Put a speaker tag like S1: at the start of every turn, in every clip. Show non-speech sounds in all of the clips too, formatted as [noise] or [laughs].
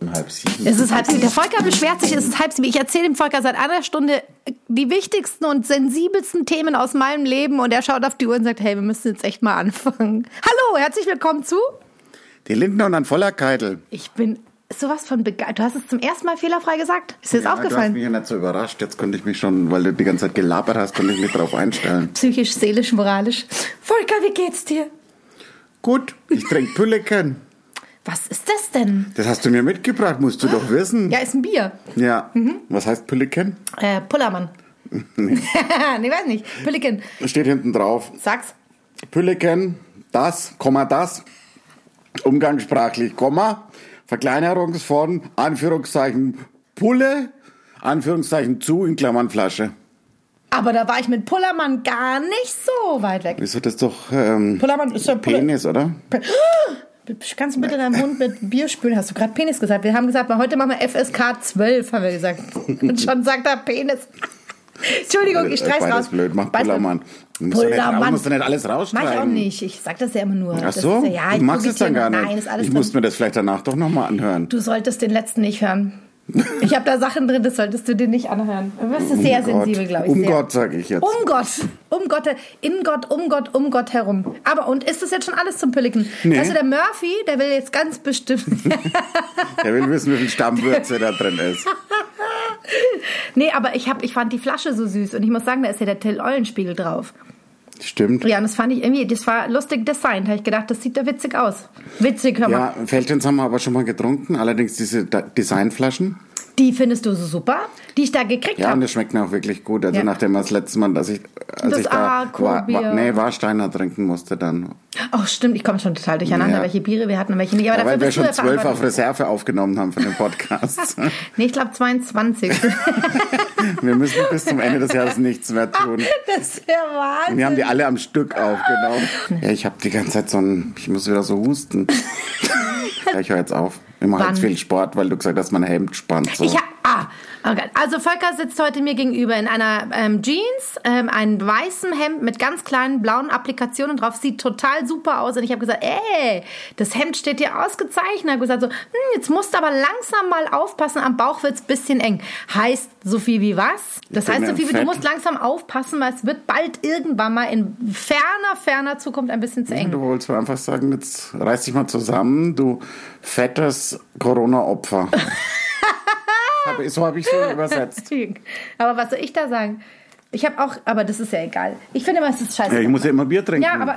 S1: Es ist halb sieben. Der Volker beschwert sich, es ist halb sieben. Ich erzähle dem Volker seit einer Stunde die wichtigsten und sensibelsten Themen aus meinem Leben und er schaut auf die Uhr und sagt, hey, wir müssen jetzt echt mal anfangen. Hallo, herzlich willkommen zu...
S2: Die Lindner und ein voller Keitel.
S1: Ich bin sowas von begeistert. Du hast es zum ersten Mal fehlerfrei gesagt. Ist dir das
S2: Ja, Du hast
S1: aufgefallen?
S2: mich ja nicht so überrascht. Jetzt konnte ich mich schon, weil du die ganze Zeit gelabert hast, konnte ich mich drauf einstellen.
S1: Psychisch, seelisch, moralisch. Volker, wie geht's dir?
S2: Gut, ich trinke Pülleken.
S1: Was ist das denn?
S2: Das hast du mir mitgebracht, musst du doch wissen.
S1: Ja, ist ein Bier.
S2: Ja.
S1: Mhm.
S2: Was heißt Pülleken?
S1: Äh, Pullermann. [laughs] nee, weiß nicht. Pelikan,
S2: Steht hinten drauf.
S1: sag's.
S2: Pülleken, das, Komma, das. Umgangssprachlich, Komma. Verkleinerungsform, Anführungszeichen, Pulle, Anführungszeichen zu, in Klammern Flasche.
S1: Aber da war ich mit Pullermann gar nicht so weit weg.
S2: Wieso das doch ähm,
S1: Pullermann ist ja Pulle.
S2: Penis, oder?
S1: Kannst du bitte deinen Mund mit Bier spülen? Hast du gerade Penis gesagt? Wir haben gesagt, weil heute machen wir FSK 12, haben
S2: [laughs]
S1: wir gesagt. Und schon sagt er Penis. Entschuldigung, ich streich's
S2: Beides
S1: raus.
S2: Äh, blöd, mach
S1: Beides blöd.
S2: Pullermann. Du musst doch nicht
S1: Pullermann.
S2: raus- musst doch nicht alles rausschneiden.
S1: Mach ich auch nicht. Ich sag das ja immer nur.
S2: Ach
S1: Das
S2: so?
S1: ist ja- Ja, ich
S2: du magst es dann
S1: profitiere-
S2: gar nicht.
S1: Nein, ist alles
S2: ich
S1: drin.
S2: muss mir das vielleicht danach doch nochmal anhören.
S1: Du solltest den letzten nicht hören. Ich habe da Sachen drin, das solltest du dir nicht anhören. Du wirst sehr
S2: Um Gott.
S1: sensibel, glaube ich.
S2: Um
S1: sehr.
S2: Gott, sag ich jetzt.
S1: Um Gott, um Gott, in Gott, um Gott, um Gott herum. Aber und ist das jetzt schon alles zum Pilliken?
S2: Nee.
S1: Also der Murphy, der will jetzt ganz bestimmt.
S2: Der will wissen, wie viel Stammwürze da drin
S1: [laughs]
S2: ist.
S1: nee, aber ich hab, ich fand die Flasche so süß und ich muss sagen, da ist ja der Till Eulenspiegel drauf.
S2: Stimmt.
S1: Ja, und das fand ich irgendwie, das war lustig designt. Habe ich gedacht, das sieht da witzig aus. Witzig, hör mal.
S2: Ja, Feldins haben wir aber schon mal getrunken. Allerdings diese Da- Designflaschen.
S1: Die findest du so super, die ich da gekriegt
S2: Ja, und
S1: habe.
S2: das schmeckt mir auch wirklich gut. Also
S1: Ja.
S2: nachdem wir das letzte Mal, dass ich, als
S1: Das
S2: ich da
S1: Arco-Bier.
S2: nee, Warsteiner trinken musste dann.
S1: Oh, stimmt, ich komme schon total durcheinander,
S2: Ja.
S1: welche Biere wir hatten und welche nicht. Aber
S2: Ja,
S1: dafür
S2: weil wir
S1: bist du
S2: schon
S1: ja
S2: zwölf auf
S1: verantwortlich.
S2: Reserve aufgenommen haben für den
S1: [laughs]
S2: Podcast.
S1: Nee, ich glaube 22.
S2: [laughs] wir müssen bis zum Ende des Jahres nichts mehr tun.
S1: das ist ja Wahnsinn.
S2: Wir haben die alle am Stück
S1: [laughs]
S2: aufgenommen. Ja, ich habe die ganze Zeit so ein. Ich muss wieder so
S1: [laughs]
S2: husten. ja, ich höre jetzt auf. Wir machen jetzt
S1: Wann?
S2: viel Sport, weil du gesagt hast, mein Hemd spannt. So.
S1: Ich ha ah, oh Gott. Also Volker sitzt heute mir gegenüber in einer ähm, Jeans, ähm, einem weißen Hemd mit ganz kleinen blauen Applikationen drauf. Sieht total super aus. Und ich habe gesagt, ey, das Hemd steht dir ausgezeichnet. Ich habe gesagt, so, hm, jetzt musst du aber langsam mal aufpassen, am Bauch wird's bisschen eng. Heißt so viel wie was? Das
S2: bin
S1: heißt so
S2: im
S1: viel wie, du
S2: Fett.
S1: musst langsam aufpassen, weil es wird bald irgendwann mal in ferner, ferner Zukunft ein bisschen zu eng.
S2: du wolltest mir einfach sagen, jetzt reiß dich mal zusammen, du fettes
S1: [laughs]
S2: Corona-Opfer. Hab- so habe ich so übersetzt.
S1: Aber was soll ich da sagen? Ich habe auch, aber das ist ja egal. Ich finde immer, es ist scheiße.
S2: Ja, ich muss ja immer Bier trinken.
S1: Ja, aber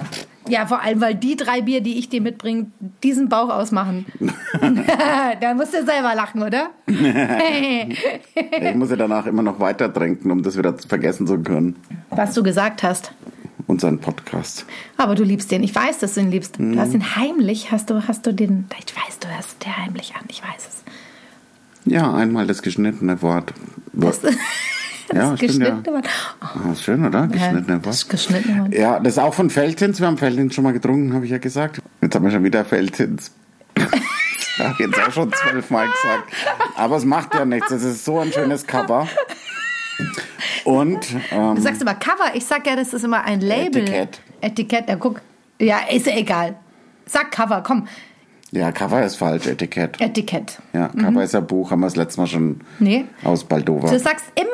S1: ja, vor allem, weil die drei Bier, die ich dir mitbringe, diesen
S2: [laughs]
S1: Bauch ausmachen. [laughs] da musst du selber lachen, oder?
S2: Ja, ich muss ja danach immer noch weiter trinken, um das wieder vergessen zu können.
S1: Was du gesagt hast.
S2: Unseren Podcast.
S1: Aber du liebst den. Ich weiß, dass du ihn liebst. Du
S2: Mhm.
S1: hast ihn heimlich. Hast du, hast du den. Ich weiß, du hast den heimlich an. Ich weiß es.
S2: Ja, einmal das geschnittene Wort.
S1: Das,
S2: ja, stimmt ja.
S1: geschnittene Wort. Oh,
S2: Ah, schön, oder? Geschnittene
S1: ja,
S2: Wort.
S1: das geschnittene Wort.
S2: Ja, das ist auch von Feltins. Wir haben Feltins schon mal getrunken, habe ich ja gesagt. Jetzt haben wir schon wieder Feltins. Hab jetzt auch schon zwölfmal gesagt. Aber es macht ja nichts. Es ist so ein schönes Cover. Und ähm,
S1: Du sagst immer Cover. Ich sag ja, das ist immer ein Label.
S2: Etikett.
S1: Etikett. Ja, guck. Ja, ist ja egal. Sag Cover. Komm.
S2: ja, Cover ist falsch, Etikett.
S1: Etikett.
S2: Ja, Cover ist ja Buch, haben wir das letzte Mal schon
S1: Mhm. Nee.
S2: aus Baldova.
S1: Du sagst immer,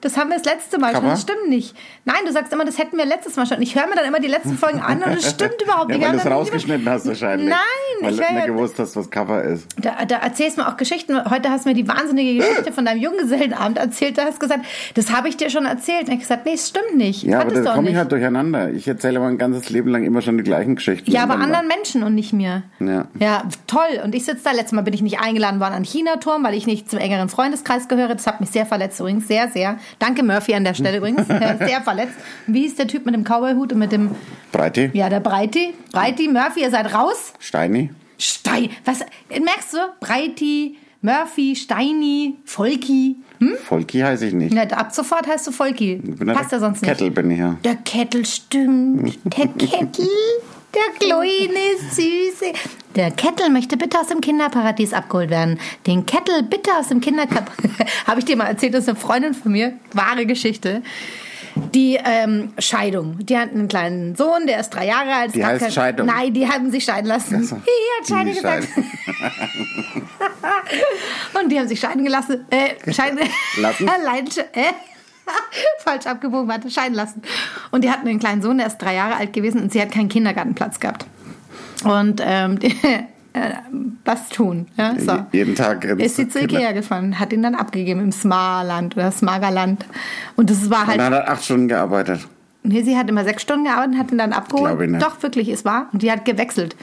S1: das haben wir das letzte Mal schon,
S2: Cover?
S1: das stimmt nicht. Nein, du sagst immer, das hätten wir letztes Mal schon. Ich höre mir dann immer die letzten Folgen an und das stimmt überhaupt
S2: [laughs] ja,
S1: nicht.
S2: weil du
S1: Wir
S2: es
S1: haben dann
S2: rausgeschnitten hast wahrscheinlich.
S1: Nein,
S2: weil
S1: ich
S2: du
S1: höre
S2: nicht
S1: ja-
S2: gewusst hast, was Cover ist.
S1: Da, da erzählst du mir auch Geschichten. Heute hast du mir die wahnsinnige Geschichte von deinem Junggesellenabend erzählt. Da hast du gesagt, das habe ich dir schon erzählt. Und ich habe gesagt, nee, das stimmt nicht.
S2: Ja,
S1: Hat
S2: aber
S1: es
S2: da
S1: doch
S2: komme ich
S1: nicht.
S2: halt durcheinander. Ich erzähle mein ganzes Leben lang immer schon die gleichen Geschichten.
S1: ja,
S2: Und
S1: aber
S2: dann-
S1: anderen Menschen und nicht mir.
S2: Ja.
S1: Ja, toll. Und ich sitze da. Letztes Mal bin ich nicht eingeladen worden an China-Turm, weil ich nicht zum engeren Freundeskreis gehöre. Das hat mich sehr verletzt übrigens. Sehr, sehr. Danke, Murphy, an der Stelle übrigens. [laughs] sehr verletzt. Wie hieß der Typ mit dem Cowboy-Hut und mit dem
S2: Breite,
S1: Ja, der Breiti. Breiti, Murphy, ihr seid raus.
S2: Steini.
S1: Stein. Was? Merkst du? Breiti, Murphy, Steini, Volki. Hm?
S2: Volki heiße ich nicht.
S1: Na, ab sofort heißt du Volki.
S2: Ich bin ja
S1: Passt
S2: der
S1: ja sonst nicht.
S2: Kettel bin ich ja.
S1: Der Kettel stimmt.
S2: [laughs]
S1: Der Kettel. Der kleine Süße. Der Kettel möchte bitte aus dem Kinderparadies abgeholt werden. Den Kettel bitte aus dem [laughs] Kinderparadies. Habe ich dir mal erzählt, das ist eine Freundin von mir. Wahre Geschichte. Die ähm, Scheidung. Die hat einen kleinen Sohn, der ist drei Jahre alt.
S2: Die
S1: Gab
S2: heißt Scheidung.
S1: Nein, [laughs] die haben sich scheiden lassen.
S2: so.
S1: Die hat Scheide
S2: Die
S1: gesagt.
S2: Scheidung.
S1: [laughs] Und die haben sich scheiden gelassen. Äh, scheiden.
S2: Lassen?
S1: Leidensche- [laughs] äh, falsch abgebogen, warte, scheiden lassen. Und die hatten einen kleinen Sohn, der ist drei Jahre alt gewesen und sie hat keinen Kindergartenplatz gehabt. Und ähm, die, [laughs] äh, was tun? Ja, so.
S2: Jeden Tag grinst
S1: Ist sie
S2: das
S1: zu
S2: Kind.
S1: Ikea gefahren, hat ihn dann abgegeben im Smarland oder Smagerland. Und das war
S2: Und
S1: halt
S2: dann hat er acht Stunden gearbeitet.
S1: Nee, sie hat immer sechs Stunden gearbeitet und hat ihn dann abgeholt.
S2: Glaube ich nicht.
S1: Doch, wirklich, es war. Und die hat gewechselt.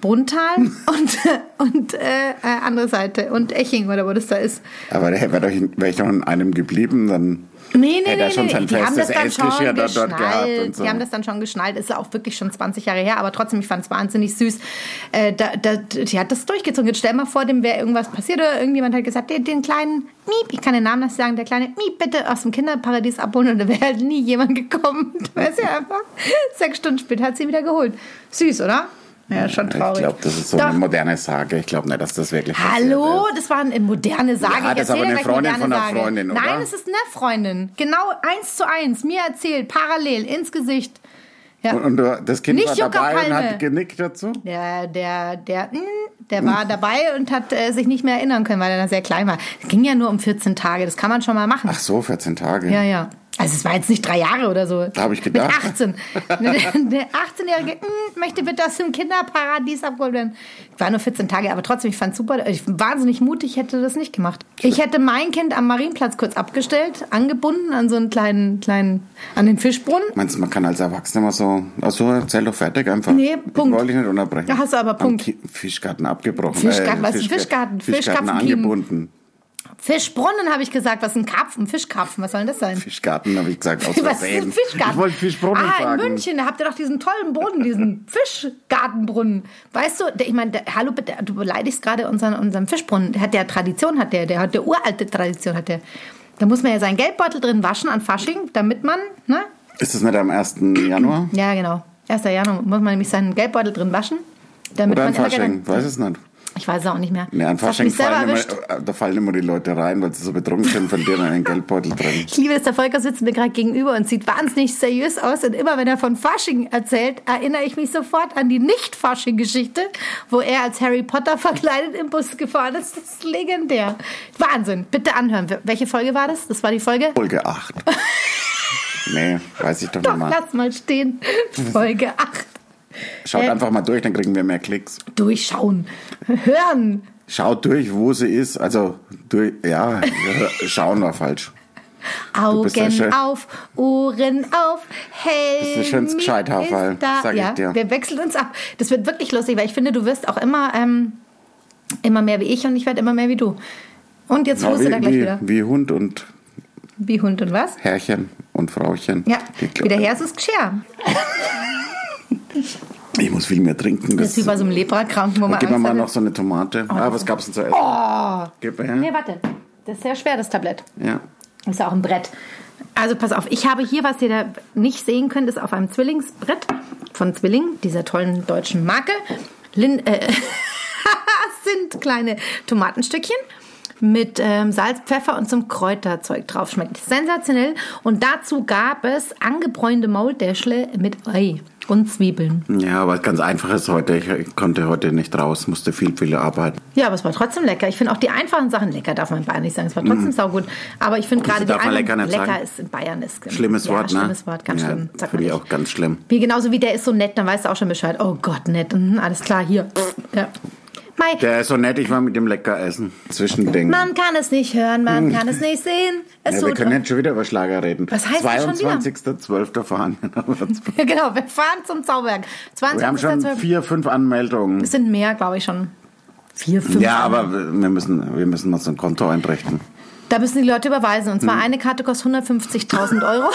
S2: [laughs]
S1: Brunntal und, und äh, äh, andere Seite und Eching oder wo das da ist.
S2: Aber der wäre doch, wär ich doch in einem geblieben, dann
S1: Nee, nee,
S2: Hätte er
S1: nee,
S2: schon
S1: nee.
S2: sein
S1: die haben
S2: festes
S1: das dann schon
S2: Essgeschirr da
S1: geschnallt.
S2: dort gehabt und so.
S1: Die haben das dann schon geschnallt. Ist auch wirklich schon 20 Jahre her, aber trotzdem, ich fand es wahnsinnig süß. Äh, da, da, die hat das durchgezogen. Jetzt stell mal vor, dem wäre irgendwas passiert oder irgendjemand hat gesagt, den, den kleinen Miep, ich kann den Namen nicht sagen, der kleine Miep bitte aus dem Kinderparadies abholen und da wäre halt nie jemand gekommen. [laughs] Da ist ja einfach sechs Stunden später hat sie ihn wieder geholt. Süß, oder? Ja, schon
S2: äh,
S1: traurig.
S2: Ich glaube, das ist so
S1: Doch.
S2: eine moderne Sage. Ich glaube nicht, dass das wirklich passiert
S1: Hallo,
S2: ist.
S1: das war eine moderne Sage.
S2: Ja,
S1: Ich
S2: das ist aber
S1: erzähle
S2: eine
S1: gleich
S2: Freundin
S1: moderne
S2: von einer
S1: Sage.
S2: Freundin, oder?
S1: Nein, es ist eine Freundin. Genau eins zu eins. Mir erzählt, parallel, ins Gesicht. Ja.
S2: Und, und du- das Kind
S1: Nicht
S2: war dabei und
S1: Juckerpalme.
S2: hat genickt dazu?
S1: Der, der, der, mm, der
S2: Hm.
S1: war dabei und hat äh, sich nicht mehr erinnern können, weil er da sehr klein war. Es ging ja nur um 14 Tage, das kann man schon mal machen.
S2: Ach so, 14 Tage.
S1: Ja, ja. Also es war jetzt nicht drei Jahre oder so.
S2: Hab ich gedacht.
S1: Mit 18. [laughs] Der 18-Jährige mm, möchte bitte aus dem Kinderparadies abgeholt werden. Ich war nur 14 Tage, aber trotzdem, ich fand super. Ich bin wahnsinnig mutig, ich hätte das nicht gemacht. Ich hätte mein Kind am Marienplatz kurz abgestellt, angebunden an so einen kleinen, kleinen, an den Fischbrunnen.
S2: Meinst du, man kann als Erwachsener mal so, ach so, erzähl doch fertig einfach.
S1: Nee, Punkt.
S2: Ich wollte dich nicht unterbrechen.
S1: Da hast du aber
S2: Am
S1: Punkt.
S2: Ki- Fischgarten abgebrochen.
S1: Fischgarten, was ist ein
S2: Fischga-
S1: Fischgarten?
S2: Fischgarten
S1: Fischkapfenkieben.
S2: angebunden.
S1: Fischbrunnen habe ich gesagt. Was ist ein Karpfen? Fischkarpfen, was soll denn das sein?
S2: Fischgarten, habe ich
S1: [laughs]
S2: gesagt, aus
S1: Was ist
S2: Versehen.
S1: ein Fischgarten?
S2: Ich wollte Fischbrunnen
S1: Ah,
S2: sagen.
S1: in München, da habt ihr doch diesen tollen
S2: [laughs]
S1: Boden, diesen Fischgartenbrunnen. Weißt du, der, ich meine, der- hallo, bitte, du beleidigst gerade unseren, unseren Fischbrunnen. Der hat ja Tradition, hat der, der hat der uralte Tradition, hat der. Da muss man ja seinen Geldbeutel drin waschen an Fasching, damit man, ne?
S2: Ist das nicht am 1. Januar?
S1: Ja, genau. 1. Januar muss man nämlich seinen Geldbeutel drin waschen, damit
S2: Oder an
S1: man immer
S2: Fasching?
S1: Geld-
S2: Weiß es nicht.
S1: Ich weiß es auch nicht mehr.
S2: Nee, an
S1: Das hat
S2: Fasching
S1: mich selber
S2: fallen
S1: erwischt.
S2: immer, äh, da fallen immer die Leute rein, weil sie so betrunken sind, verlieren einen Geldbeutel
S1: [laughs]
S2: drin.
S1: Ich liebe es, der Volker sitzt mir gerade gegenüber und sieht wahnsinnig seriös aus. Und immer wenn er von Fasching erzählt, erinnere ich mich sofort an die Nicht-Fasching-Geschichte, wo er als Harry Potter verkleidet im Bus gefahren ist. Das ist legendär. Wahnsinn. Bitte anhören. Welche Folge war das? Das war die Folge?
S2: Folge 8. nee, weiß ich doch
S1: Doch,
S2: nicht mal.
S1: lass mal stehen. Folge 8.
S2: Schaut
S1: Äh.
S2: einfach mal durch, dann kriegen wir mehr Klicks.
S1: Durchschauen. Hören.
S2: Schaut durch, wo sie ist. Also, durch, ja, [laughs] schauen war falsch. bist ein
S1: Augen
S2: schön-
S1: auf, Ohren auf, hey.
S2: Bist ein schönes Gescheiter, weil, sag ich
S1: ja,
S2: dir.
S1: Wir wechseln uns ab. Das wird wirklich lustig, weil ich finde, du wirst auch immer, ähm, immer mehr wie ich und ich werde immer mehr wie du. Und jetzt
S2: Aber
S1: holst du da
S2: wie,
S1: gleich
S2: wie,
S1: wieder.
S2: wie Hund und
S1: Wie Hund und was?
S2: Herrchen und Frauchen.
S1: Ja,
S2: Die Glo-
S1: wieder her ist es Geschirr.
S2: Ich muss viel mehr trinken.
S1: Das ist
S2: Das,
S1: wie bei so einem Leprakranken, wo man
S2: gib mir mal noch
S1: Angst
S2: so
S1: hat.
S2: eine Tomate. ah, was gab's denn zu essen? Gib her.
S1: Nee, warte. Das ist sehr schwer, das Tablett.
S2: Ja.
S1: Ist ja auch ein Brett. Also pass auf, ich habe hier, was ihr da nicht sehen könnt, ist auf einem Zwillingsbrett von Zwilling, dieser tollen deutschen Marke, Lin äh, [laughs] sind kleine Tomatenstückchen mit ähm, Salz, Pfeffer und so einem Kräuterzeug drauf. Schmeckt sensationell. Und dazu gab es angebräunte Maultäschle mit Ei und Zwiebeln.
S2: ja, aber ganz einfaches heute. Ich, ich konnte heute nicht raus, musste viel, viel arbeiten.
S1: Ja, aber es war trotzdem lecker. Ich finde auch die einfachen Sachen lecker, darf man in Bayern nicht sagen. Es war trotzdem saugut. Aber ich finde gerade die
S2: Mhm. darf man lecker
S1: einfachen
S2: nicht
S1: lecker
S2: sagen.
S1: ist in Bayern ist
S2: Schlimmes
S1: ja,
S2: Wort, ne?
S1: Schlimmes Wort, ganz
S2: ja,
S1: schlimm. Sagt man
S2: Finde ich
S1: nicht.
S2: auch ganz schlimm.
S1: Wie genauso wie der ist so nett, dann weißt du auch schon Bescheid. Oh Gott, nett. Mhm, alles klar, hier. Ja. Mai,
S2: Der ist so nett, ich war mit dem lecker essen. Zwischending.
S1: man kann es nicht hören, man kann es nicht sehen.
S2: Mhm.
S1: Es
S2: Ja,
S1: so
S2: wir können
S1: dran.
S2: jetzt schon wieder über Schlager reden.
S1: Was heißt das schon wieder?
S2: 22.12. vorhanden. [laughs]
S1: Ja, [laughs] genau, wir fahren zum Zauberberg. 20.
S2: Wir haben schon vier, fünf Anmeldungen.
S1: Es sind mehr, glaube ich, schon. Vier, fünf.
S2: Ja, aber wir müssen, wir müssen uns ein Konto einrichten.
S1: Da müssen die Leute überweisen. Und
S2: Mhm.
S1: zwar eine Karte kostet 150.000 Euro.
S2: [laughs]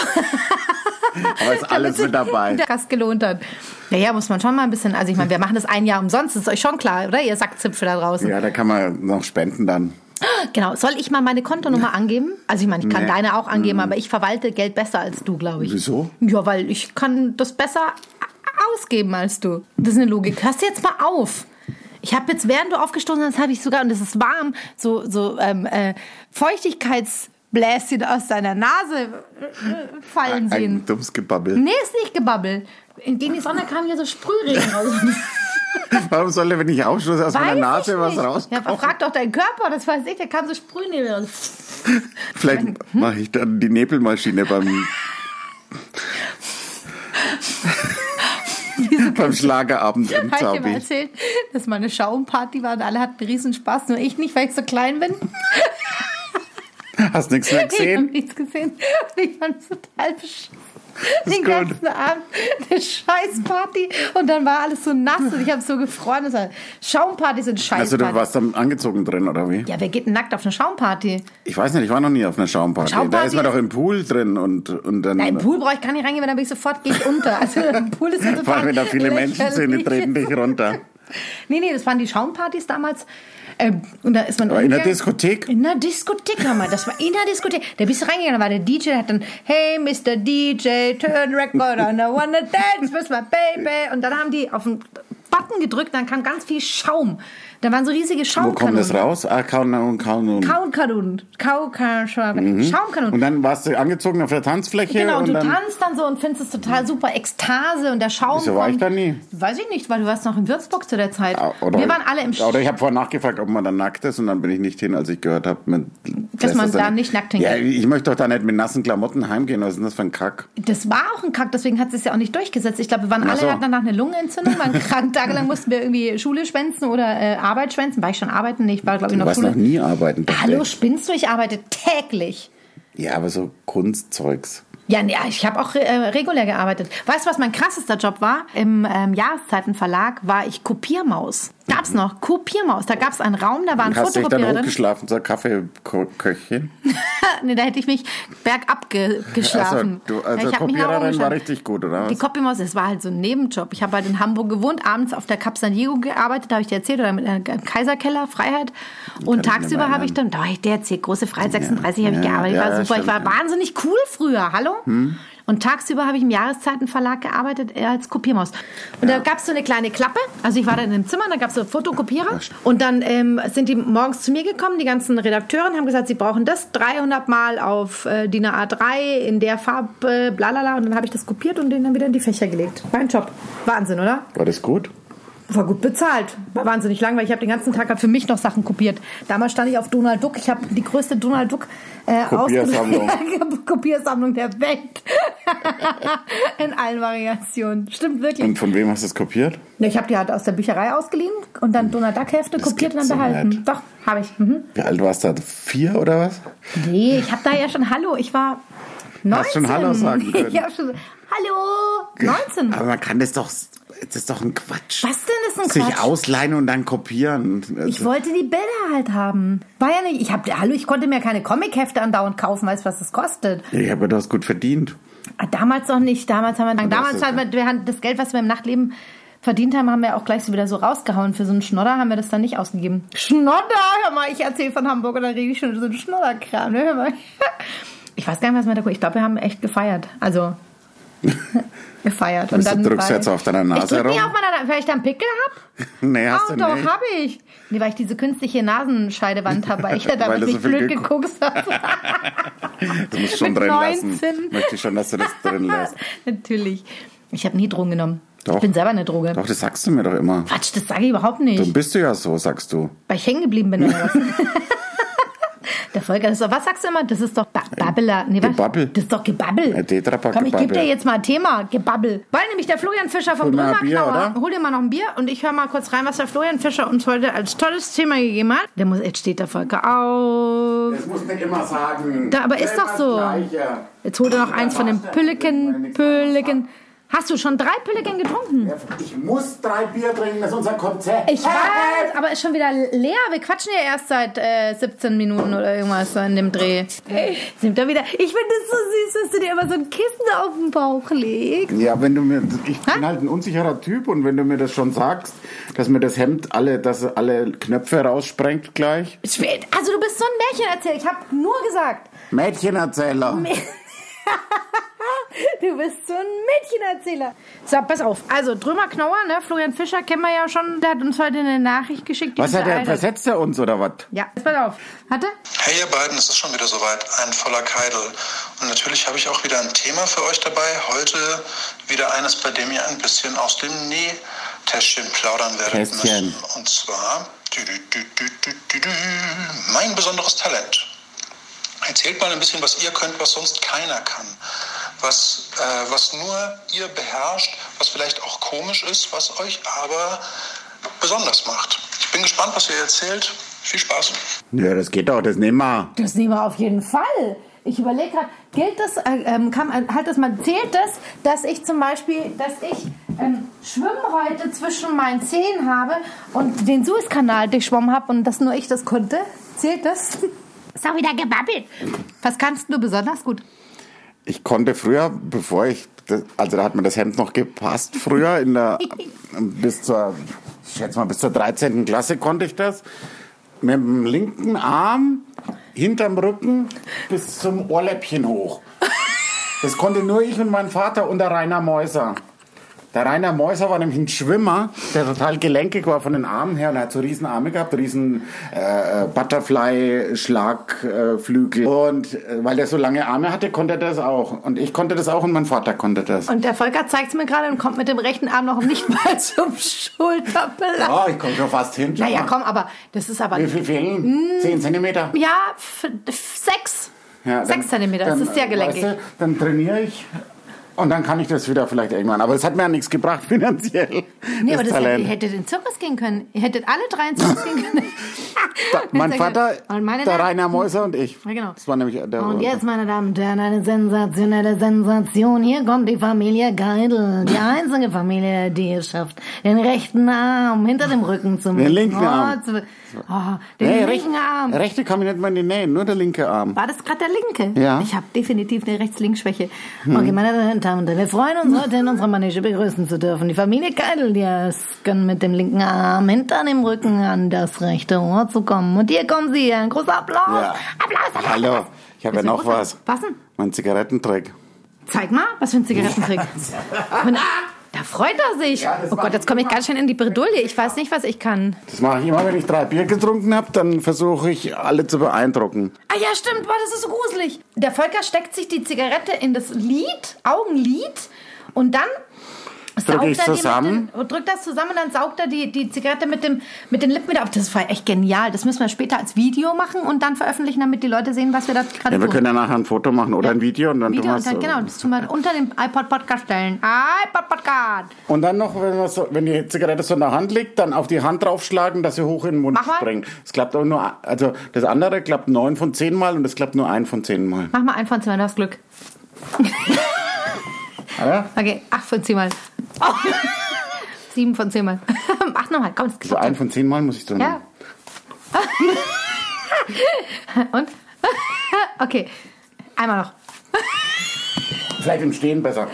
S2: Aber
S1: [laughs]
S2: ist alles mit dabei.
S1: Der Gast gelohnt hat. Ja, ja, muss man schon mal ein bisschen. Also, ich meine, wir machen das ein Jahr umsonst. Ist euch schon klar, oder? Ihr Sackzipfel da draußen.
S2: Ja, da kann man noch spenden dann.
S1: Genau. Soll ich mal meine Kontonummer angeben? Also ich meine, ich kann
S2: Nee. Mm.
S1: deine auch angeben, aber ich verwalte Geld besser als du, glaube ich.
S2: Wieso?
S1: Ja, weil ich kann das besser a- ausgeben als du. Das ist eine Logik. Hörst du jetzt mal auf. Ich habe jetzt, während du aufgestoßen hast, habe ich sogar, und es ist warm, so, so ähm, äh, Feuchtigkeitsbläschen aus deiner Nase äh, fallen
S2: Ein,
S1: sehen.
S2: dummes Gebabbel.
S1: Nee, ist nicht gebabbel. Gegen die Sonne kam hier so Sprühregen raus. [laughs]
S2: Warum soll der, wenn ich aufstoße, aus meiner
S1: Weiß ich
S2: Nase was
S1: nicht.
S2: rauskommen?
S1: Ja, frag doch deinen Körper, das weiß ich, der kann so Sprühnebel. und-
S2: Vielleicht
S1: Hm?
S2: mache ich dann die Nebelmaschine
S1: [laughs]
S2: beim, beim Schlagerabend im
S1: Habe ich dir mal
S2: Zaubi.
S1: erzählt, dass meine Schaumparty war und alle hatten riesen Spaß, nur ich nicht, weil ich so klein bin.
S2: Hast nichts mehr
S1: [laughs] Ich habe
S2: gesehen?
S1: nichts gesehen. Ich fand es total beschissen.
S2: Ist
S1: Den
S2: gut.
S1: ganzen Abend eine Scheißparty und dann war alles so nass und ich habe so gefroren. Das war- Schaumpartys sind
S2: Also
S1: Scheißpartys.
S2: du warst dann angezogen drin, oder wie?
S1: ja, wer geht denn nackt auf eine Schaumparty?
S2: Ich weiß nicht, ich war noch nie auf einer Schaumparty. Da
S1: Schaumparty
S2: ist man
S1: ist-
S2: doch im Pool drin und, und dann...
S1: Na,
S2: [laughs]
S1: im Pool brauche ich gar nicht reingehen, weil dann bin ich sofort gehe ich unter. Also im Pool ist ja total
S2: Vor allem, wenn da viele Menschen sind, die
S1: lächerlich.
S2: treten dich runter.
S1: Nee, nee, das waren die Schaumpartys damals. Ähm, und da ist man
S2: Aber in der
S1: umgegangen.
S2: Diskothek?
S1: In der Diskothek, hör mal, das war in der Diskothek. Da bist du reingegangen, da war der DJ, der hat dann, hey, Mr. DJ, turn record on, I wanna dance with my baby. Und dann haben die auf den Button gedrückt, dann kam ganz viel Schaum. Da waren so riesige
S2: Wo kommt das
S1: Schaumkanonen.
S2: raus? Ah, Kaunun, Kaunun.
S1: Kaukanonen. Kaukanonen. Schaumkanonen.
S2: Mhm. Und dann warst du angezogen auf der Tanzfläche
S1: Genau, und
S2: und
S1: du
S2: dann... Mhm.
S1: tanzt dann so und findest es total super, Ekstase und der Schaum.
S2: Wieso war ich
S1: kommt.
S2: da nie?
S1: Weiß ich nicht, weil du warst noch in Würzburg zu der Zeit.
S2: Ah, Oder
S1: Wir waren alle im
S2: Oder ich habe vorher nachgefragt, ob man da nackt ist und dann bin ich nicht hin, als ich gehört habe, mit-
S1: Dass man
S2: das
S1: da
S2: dann-
S1: nicht nackt
S2: Ja,
S1: hingeht.
S2: ich möchte doch da nicht mit nassen Klamotten heimgehen. Was ist denn das für ein Kack?
S1: Das war auch ein Kack, deswegen hat es ja auch nicht durchgesetzt. Ich glaube, wir waren
S2: Ach so.
S1: alle hatten danach eine
S2: [laughs]
S1: Lungenentzündung, waren krank. Tagelang mussten wir irgendwie Schule schwänzen oder äh, Arbeit schwänzen. War ich schon arbeiten? Nee, ich war, glaube
S2: Du
S1: ich, noch
S2: warst
S1: Schule.
S2: noch nie arbeiten. dachte
S1: Hallo,
S2: ich.
S1: spinnst du? Ich arbeite täglich.
S2: Ja, aber so Kunstzeugs.
S1: Ja, nee, ich habe auch äh, regulär gearbeitet. Weißt du, was mein krassester Job war? Im ähm, Jahreszeitenverlag war ich Kopiermaus. Gab's noch? Kopiermaus. Da gab's einen Raum, da waren
S2: Mhm. Hast du dich dann
S1: Fotokopierer drin.
S2: hochgeschlafen zur Kaffeeköchin?
S1: nee, da hätte ich mich
S2: [laughs]
S1: bergab ge geschlafen.
S2: Also, du,
S1: Ja,
S2: also
S1: ich hab mich nach oben
S2: Kopiererin war
S1: geschlafen.
S2: richtig gut, oder
S1: Die
S2: was?
S1: Copymaus, das war halt so ein Nebenjob. Ich habe halt in Hamburg gewohnt, abends auf der Cap San Diego gearbeitet, habe ich dir erzählt, oder mit einem Kaiserkeller, Freiheit.
S2: Kann
S1: Und
S2: ich mir
S1: tagsüber
S2: mal
S1: habe ich dann, da habe ich dir erzählt, große Freiheit 36 habe ich
S2: ja,
S1: gearbeitet,
S2: ja,
S1: war
S2: ja,
S1: super. ich war
S2: stimmt, Hm? ja.
S1: wahnsinnig cool früher, hallo? Und tagsüber habe ich im Jahreszeitenverlag gearbeitet äh, als Kopiermaus. Und da gab es so eine kleine Klappe. Also ich war dann in einem Zimmer, da gab es so Fotokopierer. Und dann ähm, sind die morgens zu mir gekommen, die ganzen Redakteure haben gesagt, sie brauchen das 300 Mal auf äh, DIN A3 in der Farbe, äh, blalala. Und dann habe ich das kopiert und den dann wieder in die Fächer gelegt. Mein Job. Wahnsinn, oder?
S2: War das gut?
S1: War gut bezahlt. War wahnsinnig lang, weil ich habe den ganzen Tag halt für mich noch Sachen kopiert. Damals stand ich auf Donald Duck. Ich habe die größte Donald Duck äh,
S2: Kopiersammlung.
S1: ausgedruckte [laughs] Kopiersammlung der Welt. [laughs] In allen Variationen. Stimmt wirklich.
S2: Und von wem hast du es kopiert?
S1: Ja, Ich habe die halt aus der Bücherei ausgeliehen und dann Donald Duck Hefte kopiert und
S2: gibt's
S1: dann
S2: doch
S1: behalten.
S2: nicht.
S1: Doch, habe ich. Mhm.
S2: Wie alt warst du da? Vier oder was?
S1: Nee, ich habe da ja schon Hallo. Ich war 19.
S2: Hast schon Hallo
S1: [laughs]
S2: sagen können.
S1: Ich habe schon Hallo 19.
S2: Aber man kann das doch. Das ist doch ein Quatsch.
S1: Was denn ist ein
S2: Sich
S1: Quatsch?
S2: ausleihen und dann kopieren.
S1: Ich wollte die Bilder halt haben. War ja nicht. Ich hab, hallo, ich konnte mir keine Comichefte andauernd kaufen, weißt du, was das kostet.
S2: ja, aber du hast gut verdient.
S1: Ah, Damals noch nicht. Damals haben wir,
S2: das
S1: damals
S2: ist-
S1: haben wir, wir haben das Geld, was wir im Nachtleben verdient haben, haben wir auch gleich so wieder so rausgehauen. Für so einen Schnodder haben wir das dann nicht ausgegeben. Schnodder, hör mal, ich erzähle von Hamburg und dann rede ich schon so einen Schnodderkram. Ne? Hör mal. [laughs] Ich weiß gar nicht, was wir da Ich glaube, wir haben echt gefeiert.
S2: [laughs]
S1: Also gefeiert. Und
S2: Du
S1: dann
S2: drückst
S1: war-
S2: jetzt auf deiner Nase
S1: ich drück nicht
S2: rum.
S1: auf meiner Nase, weil ich da einen Pickel hab.
S2: [laughs] Nee, hast
S1: Ah,
S2: du
S1: doch,
S2: nicht.
S1: hab ich. Nee, weil ich diese künstliche Nasenscheidewand habe, weil
S2: [laughs]
S1: ich ja
S2: Weil
S1: damals
S2: du so
S1: nicht
S2: viel
S1: blöd
S2: geguckt-
S1: geguckt habe.
S2: Du musst [laughs] schon
S1: Mit
S2: drin
S1: 19.
S2: lassen. Möchte ich schon, dass du das
S1: [laughs]
S2: drin lässt.
S1: Natürlich. Ich habe nie Drogen genommen.
S2: Doch.
S1: Ich bin selber eine Droge.
S2: Doch, das sagst du mir doch immer.
S1: Quatsch, das sage ich überhaupt nicht.
S2: Dann bist du ja so, sagst du.
S1: Weil ich hängen geblieben bin oder was? [laughs] Der Volker, das ist doch, was sagst du immer? Das ist doch ba Babbeler. Nee, was?
S2: Gebabbel.
S1: Das ist doch Gebabbel.
S2: Ja, Tetra Pak
S1: Komm, ich gebe
S2: Gebabbel.
S1: dir jetzt mal ein Thema. Gebabbel. Weil nämlich der Florian Fischer vom
S2: Hol mal ein Bier,
S1: Drömerknauer.
S2: oder?
S1: Hol dir mal noch ein Bier und ich höre mal kurz rein, was der Florian Fischer uns heute als tolles Thema gegeben hat. Der muss, jetzt steht der Volker auf.
S2: Das muss nicht immer sagen.
S1: Da, aber ist doch so. Jetzt holt er noch eins von dem Pülleken, Pülleken. Hast du schon drei Pülleken getrunken?
S2: Ich muss drei Bier trinken, das ist unser Konzept.
S1: Ich weiß, aber ist schon wieder leer. Wir quatschen ja erst seit äh, 17 Minuten oder irgendwas so in dem Dreh. Jetzt nimmt er wieder. Ich finde es so süß, dass du dir immer so ein Kissen auf den Bauch legst.
S2: Ja, wenn du mir, ich
S1: Hä?
S2: bin halt ein unsicherer Typ und wenn du mir das schon sagst, dass mir das Hemd alle, dass er alle Knöpfe raussprengt gleich.
S1: Spät. Also du bist so ein Märchenerzähler. Ich habe nur gesagt,
S2: Mädchenerzähler.
S1: du bist so ein Mädchenerzähler. So, pass auf. Also Drömer Knauer, ne? Florian Fischer kennen wir ja schon. Der hat uns heute eine Nachricht geschickt. die
S2: Was
S1: uns
S2: hat er,
S1: ereilt
S2: versetzt er uns oder was?
S1: Ja, jetzt pass auf. Hatte?
S3: Hey ihr beiden, es ist schon wieder soweit, ein voller Keidel. Und natürlich habe ich auch wieder ein Thema für euch dabei. Heute wieder eines, bei dem ihr ein bisschen aus dem Täschchen plaudern werden
S2: Kästchen.
S3: müssen. Und zwar dü, dü, dü, dü, dü, dü, dü, mein besonderes Talent. Erzählt mal ein bisschen, was ihr könnt, was sonst keiner kann. Was, äh, was nur ihr beherrscht, was vielleicht auch komisch ist, was euch aber besonders macht. Ich bin gespannt, was ihr erzählt. Viel Spaß.
S2: Ja, das geht doch, das nehmen wir.
S1: Das nehmen wir auf jeden Fall. Ich überlege gerade, gilt das, äh, ähm, kann, man- hat das mal, zählt das, dass ich zum Beispiel, dass ich ähm, Schwimmhäute zwischen meinen Zehen habe und den Suezkanal durchschwommen habe und dass nur ich das konnte? Zählt das? Ist auch wieder gebabbelt. Was kannst du besonders gut?
S2: Ich konnte früher, bevor ich, das, also da hat mir das Hemd noch gepasst, früher in der, bis zur, ich schätze mal, bis zur 13. Klasse konnte ich das. Mit dem linken Arm, hinterm Rücken, bis zum Ohrläppchen hoch. Das konnte nur ich und mein Vater und der Rainer Mäuser. Der Rainer Mäuser war nämlich ein Schwimmer, der total gelenkig war von den Armen her und er hat so riesen Arme gehabt, riesen äh, Butterfly-Schlagflügel. Äh, Flügel. und äh, weil der so lange Arme hatte, konnte er das auch. Und ich konnte das auch und mein Vater konnte das.
S1: Und der Volker zeigt es mir gerade und kommt mit dem rechten Arm noch nicht [laughs] mal zum Schulterblatt.
S2: Ah, ich komme schon fast hin. schau
S1: Naja,
S2: mal.
S1: komm, Hm. aber das ist aber.
S2: Wie viel fehlen? Zehn Zentimeter.
S1: Ja, f- f- sechs.
S2: Ja,
S1: sechs
S2: dann-
S1: Zentimeter, das
S2: dann,
S1: ist sehr gelenkig.
S2: Weißt du, dann trainiere ich und dann kann ich das wieder vielleicht irgendwann. Aber es hat mir ja nichts gebracht [laughs] finanziell.
S1: Nee, aber das hätte,
S2: Talent.
S1: ihr hättet in den Zirkus gehen können. Ihr hättet alle drei in den Zirkus gehen
S2: [laughs]
S1: können. [laughs]
S2: Da, mein
S1: Sehr
S2: Vater,
S1: gut. Und meine
S2: der
S1: Damen-
S2: Rainer Mäuser und ich.
S1: Ja, genau.
S2: Das war nämlich der
S1: Und jetzt, meine Damen und Herren, eine sensationelle Sensation. Hier kommt die Familie Geidel.
S2: [laughs]
S1: Die einzige Familie, die es schafft, den rechten Arm hinter dem Rücken zu machen.
S2: linken Arm.
S1: Oh, zu, oh, den
S2: Nee, rech-
S1: linken Arm.
S2: Rechte kann ich nicht mal in die Nähe, nur der linke Arm.
S1: War das gerade der linke?
S2: Ja. Hm.
S1: Ich habe definitiv eine Rechts-Links-Schwäche. Okay, meine Damen und Herren, wir freuen uns heute in unserer Manege begrüßen zu dürfen. Die Familie Keidel, die es können mit dem linken Arm hinter dem Rücken an das rechte Ohr zu kommen. Und hier kommen sie, ein großer Applaus.
S2: Ja.
S1: Applaus, Applaus.
S2: Hallo, ich habe ja
S1: Ist ein
S2: noch
S1: großer-
S2: was.
S1: Was denn?
S2: Mein Zigarettentrick.
S1: Zeig mal, was für
S2: [laughs]
S1: ein Zigarettentrick. Und, da freut er sich.
S2: Ja, das
S1: oh
S2: war-
S1: Gott, jetzt komme ich ganz schön in die Bredouille. Ich weiß nicht, was ich kann.
S2: Das mache ich immer, wenn ich drei Bier getrunken habe, dann versuche ich alle zu beeindrucken.
S1: Ah ja, stimmt, boah, das ist so gruselig. Der Volker steckt sich die Zigarette in das Lid, Augenlid, und dann saugt
S2: ich's
S1: er die mit
S2: zusammen?
S1: Den, drückt das zusammen, dann saugt er die, die Zigarette mit, dem, mit den Lippen wieder ab. Das war echt genial. Das müssen wir später als Video machen und dann veröffentlichen, damit die Leute sehen, was wir da gerade
S2: Ja, wir
S1: tun.
S2: können ja nachher ein Foto machen oder ein Video und dann äh,
S1: Video
S2: tun
S1: und dann,
S2: wir's so.
S1: genau, das tun wir unter dem iPod-Podcast stellen. iPod-Podcast.
S2: Und dann noch, wenn, man so, wenn die Zigarette so in der Hand liegt, dann auf die Hand draufschlagen, dass sie hoch in den Mund
S1: Mach mal.
S2: springt. Es klappt aber nur, also das andere klappt neun von zehn Mal und das klappt nur ein von zehn Mal.
S1: Mach mal ein von zwei, du hast Glück.
S2: Ah Ja?
S1: Okay, acht von zehn Mal. [laughs] Oh. Sieben von zehn Mal. [laughs] Acht nochmal, komm.
S2: So Also ein von zehn Mal muss ich drin
S1: Ja. [laughs] Und? [laughs] Okay, einmal noch.
S2: Vielleicht im Stehen besser.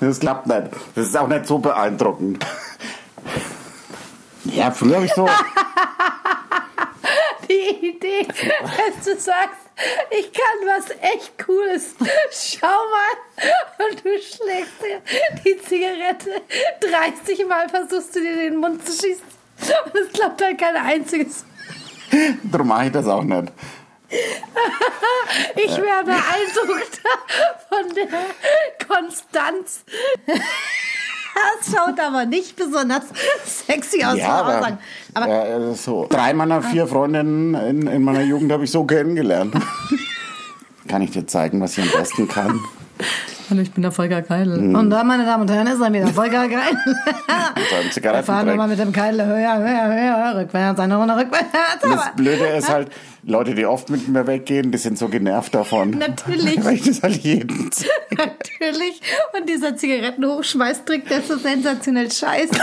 S2: Das klappt nicht. Das ist auch nicht so beeindruckend. Ja, früher habe ich so.
S1: [laughs] Die Idee, dass du sagst, ich kann was echt Cooles. Schau mal. Und du schlägst dir die Zigarette 30 Mal, versuchst du dir den Mund zu schießen. Und es klappt halt kein einziges.
S2: Darum mache ich das auch nicht.
S1: Ich wäre beeindruckt [laughs] von der Konstanz. Das schaut aber nicht besonders sexy aus, muss man auch sagen. Aber
S2: ja, also so. Drei meiner vier Freundinnen in, in meiner Jugend habe ich so kennengelernt. Kann ich dir zeigen, was ich am besten kann?
S1: Hallo, ich bin der Volker Keidel. Und da, meine Damen und Herren, ist er wieder, Volker Keidel.
S2: seinem
S1: Wir fahren
S2: Zigarettentrick.
S1: nochmal [laughs] mit dem Keidel höher, höher, höher, rückwärts, eine Runde rückwärts.
S2: Das
S1: Aber
S2: Blöde ist halt, Leute, die oft mit mir weggehen, die sind so genervt davon.
S1: Natürlich.
S2: Weil ich das halt jeden
S1: [laughs] natürlich, und dieser Zigarettenhochschmeißtrick, der ist so sensationell scheiße.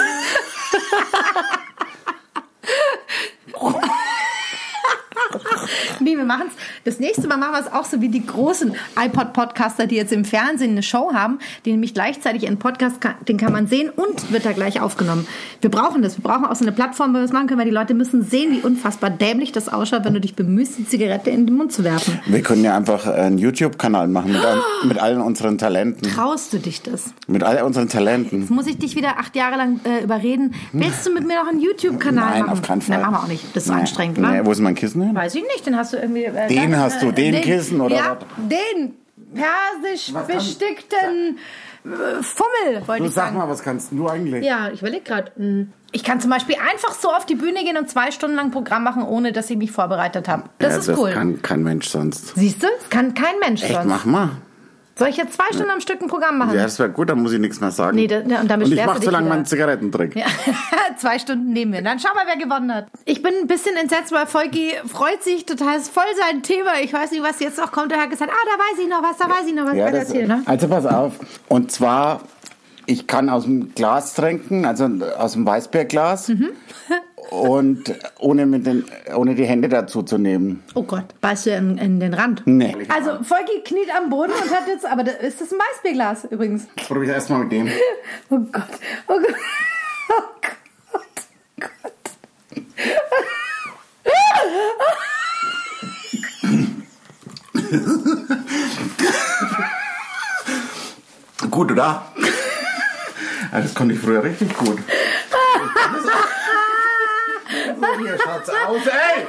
S1: Nee, wir machen es. Das nächste Mal machen wir es auch so wie die großen iPod-Podcaster, die jetzt im Fernsehen eine Show haben, die nämlich gleichzeitig einen Podcast, kann, den kann man sehen und wird da gleich aufgenommen. Wir brauchen das. Wir brauchen auch so eine Plattform, wo wir das machen können, weil die Leute müssen sehen, wie unfassbar dämlich das ausschaut, wenn du dich bemühst, die Zigarette in den Mund zu werfen.
S2: Wir können ja einfach einen YouTube-Kanal machen mit, all- mit allen unseren Talenten.
S1: Traust du dich das?
S2: Mit all unseren Talenten.
S1: Muss ich dich wieder acht Jahre lang äh, überreden? Willst du mit mir noch einen YouTube-Kanal machen?
S2: Nein, auf keinen Fall.
S1: Nein, machen wir auch nicht. Das ist
S2: Nee.
S1: anstrengend, ne?
S2: Nee, wo ist mein Kissen hin?
S1: Weiß ich nicht, den hast du irgendwie. Äh,
S2: Den
S1: ganz,
S2: hast du,
S1: äh,
S2: den Kissen oder
S1: ja, Den persisch bestickten äh, Fummel, wollte
S2: Du
S1: ich
S2: sag
S1: sagen.
S2: mal, was kannst du eigentlich?
S1: Ja, ich überlege gerade. Ich kann zum Beispiel einfach so auf die Bühne gehen und zwei Stunden lang Programm machen, ohne dass ich mich vorbereitet habe. Das
S2: Ja,
S1: ist
S2: das
S1: cool.
S2: kann kein Mensch sonst.
S1: Siehst du, das kann kein Mensch
S2: Echt,
S1: sonst.
S2: mach mal.
S1: Soll ich jetzt zwei Stunden am Stück ein Programm machen?
S2: Ja, das wäre gut, dann muss ich nichts mehr sagen.
S1: Nee, da- ja, und dann
S2: und ich
S1: beschwerst
S2: mach
S1: du
S2: so
S1: dich
S2: lange
S1: wieder.
S2: meinen Zigarettentrick.
S1: Ja, [laughs] zwei Stunden nehmen wir. Dann schau mal, wer gewonnen hat. Ich bin ein bisschen entsetzt, weil Volki freut sich total. Ist voll sein Thema. Ich weiß nicht, was jetzt noch kommt. Er hat gesagt, ah, da weiß ich noch was, da weiß ich noch was.
S2: Ja,
S1: Weiter
S2: das,
S1: erzähl, ne?
S2: also pass auf. Und zwar, ich kann aus dem Glas trinken, also aus dem Weißbierglas.
S1: Mhm.
S2: und ohne, mit den, ohne die Hände dazu zu nehmen.
S1: Oh Gott, beißt du in, in den Rand?
S2: Nee.
S1: Also, Volki kniet am Boden und hat jetzt, aber da, ist das ein Weißbierglas übrigens? [laughs]
S2: Probier erstmal mit dem.
S1: Oh Gott, oh Gott, oh Gott, oh Gott.
S2: Gut, oder? Ah, das konnte ich früher richtig gut. so, hier schaut's aus, ey!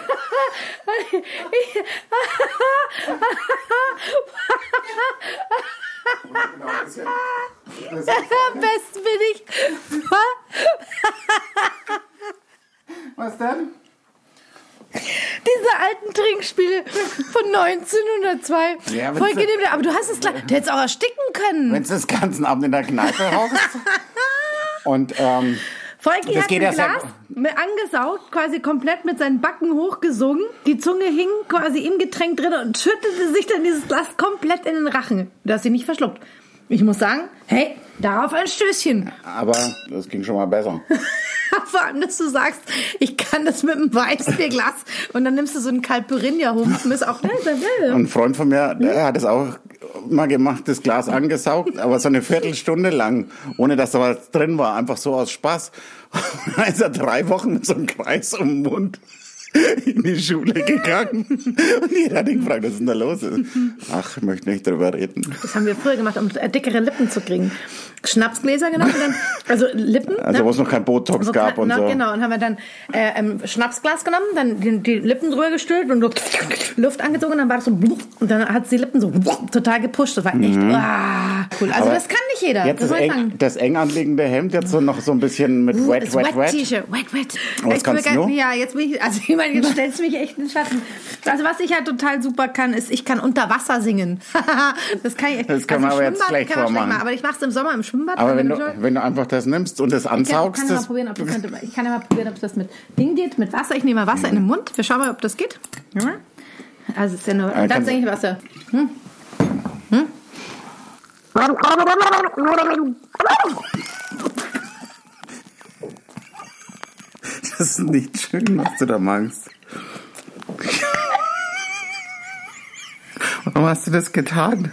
S1: Am besten bin ich.
S2: Was denn?
S1: Diese alten Trinkspiele von 1902.
S2: Ja, wenn's-
S1: Volki nimmt, aber du hast es gleich. Du hättest auch ersticken können.
S2: Wenn du das ganzen Abend in der Kneipe haust und ähm,
S1: Volki
S2: Das
S1: hat
S2: geht
S1: ein
S2: ja sehr-
S1: Glas mit angesaugt, quasi komplett mit seinen Backen hochgesungen. Die Zunge hing quasi im Getränk drin und schüttete sich dann dieses Glas komplett in den Rachen. Du hast sie nicht verschluckt. Ich muss sagen, hey, darauf ein Stößchen.
S2: aber das ging schon mal besser.
S1: Vor allem, dass du sagst, ich kann das mit einem Weißbierglas und dann nimmst du so einen Calpurnia-Humpen, ist auch...
S2: Ein Freund von mir, der hat es auch mal gemacht, das Glas angesaugt, aber so eine Viertelstunde lang, ohne dass da was drin war, einfach so aus Spaß. Und dann ist er drei Wochen mit so einem Kreis um den Mund in die Schule gegangen. Und jeder hat ihn gefragt, was ist denn da los? Ach, ich möchte nicht drüber reden.
S1: Das haben wir früher gemacht, um äh, dickere Lippen zu kriegen. Schnapsgläser genommen, und dann, also Lippen.
S2: Also, wo es noch kein Botox
S1: So
S2: gab
S1: kna-
S2: und
S1: na,
S2: so.
S1: Genau, und haben wir dann äh, ein Schnapsglas genommen, dann die, die Lippen drüber gestülpt und so Luft angezogen und dann war das so blub, und dann hat die Lippen so blub, total gepusht. Das war echt ah, cool. Also
S2: Mhm. Aber
S1: das kann nicht jeder.
S2: Jetzt das,
S1: das soll ich
S2: eng,
S1: sagen. Uh,
S2: das eng anliegende Hemd jetzt so noch so ein bisschen mit wet,
S1: Das
S2: wet, wet.
S1: T-Shirt, wet,
S2: Was
S1: wet. Ich bin
S2: kannst
S1: ganz-
S2: du?
S1: Ja, jetzt bin ich, also ich meine, jetzt stellst du mich echt in den Schatten. Also was ich halt total super kann, ist, ich kann unter Wasser singen. [laughs] das kann ich echt.
S2: Das kann man
S1: also
S2: aber jetzt
S1: Schwimmbad
S2: schlecht
S1: kann man
S2: vormachen.
S1: machen, aber ich mache es im Sommer im Schwimmbad.
S2: Aber wenn
S1: im
S2: du,
S1: Schwimmbad-
S2: wenn du einfach das nimmst und das ansaugst,
S1: Ich kann, kann ja mal
S2: das-
S1: probieren, ob das könnte, ich kann ja mal probieren, ob das mit Ding geht, mit Wasser. Ich nehme mal Wasser in den Mund. Wir schauen mal, ob das geht. Ja. Also es ist ja nur,
S2: kann-
S1: dann denke ich Wasser.
S2: [laughs] Das ist nicht schön, was du da machst. Warum hast du das getan?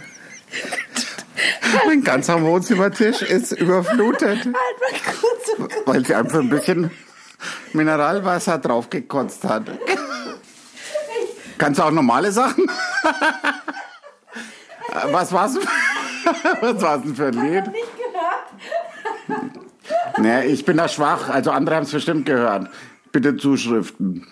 S2: Mein ganzer Wohnzimmertisch ist überflutet,
S1: Halt mal kurz. oh Gott.
S2: weil sie einfach ein bisschen Mineralwasser draufgekotzt hat. Kannst du auch normale Sachen? Äh, Was war's? Was war's denn für ein Lied?
S1: Nicht gehört.
S2: Nee, ich bin da schwach, also andere haben es bestimmt gehört. Bitte Zuschriften.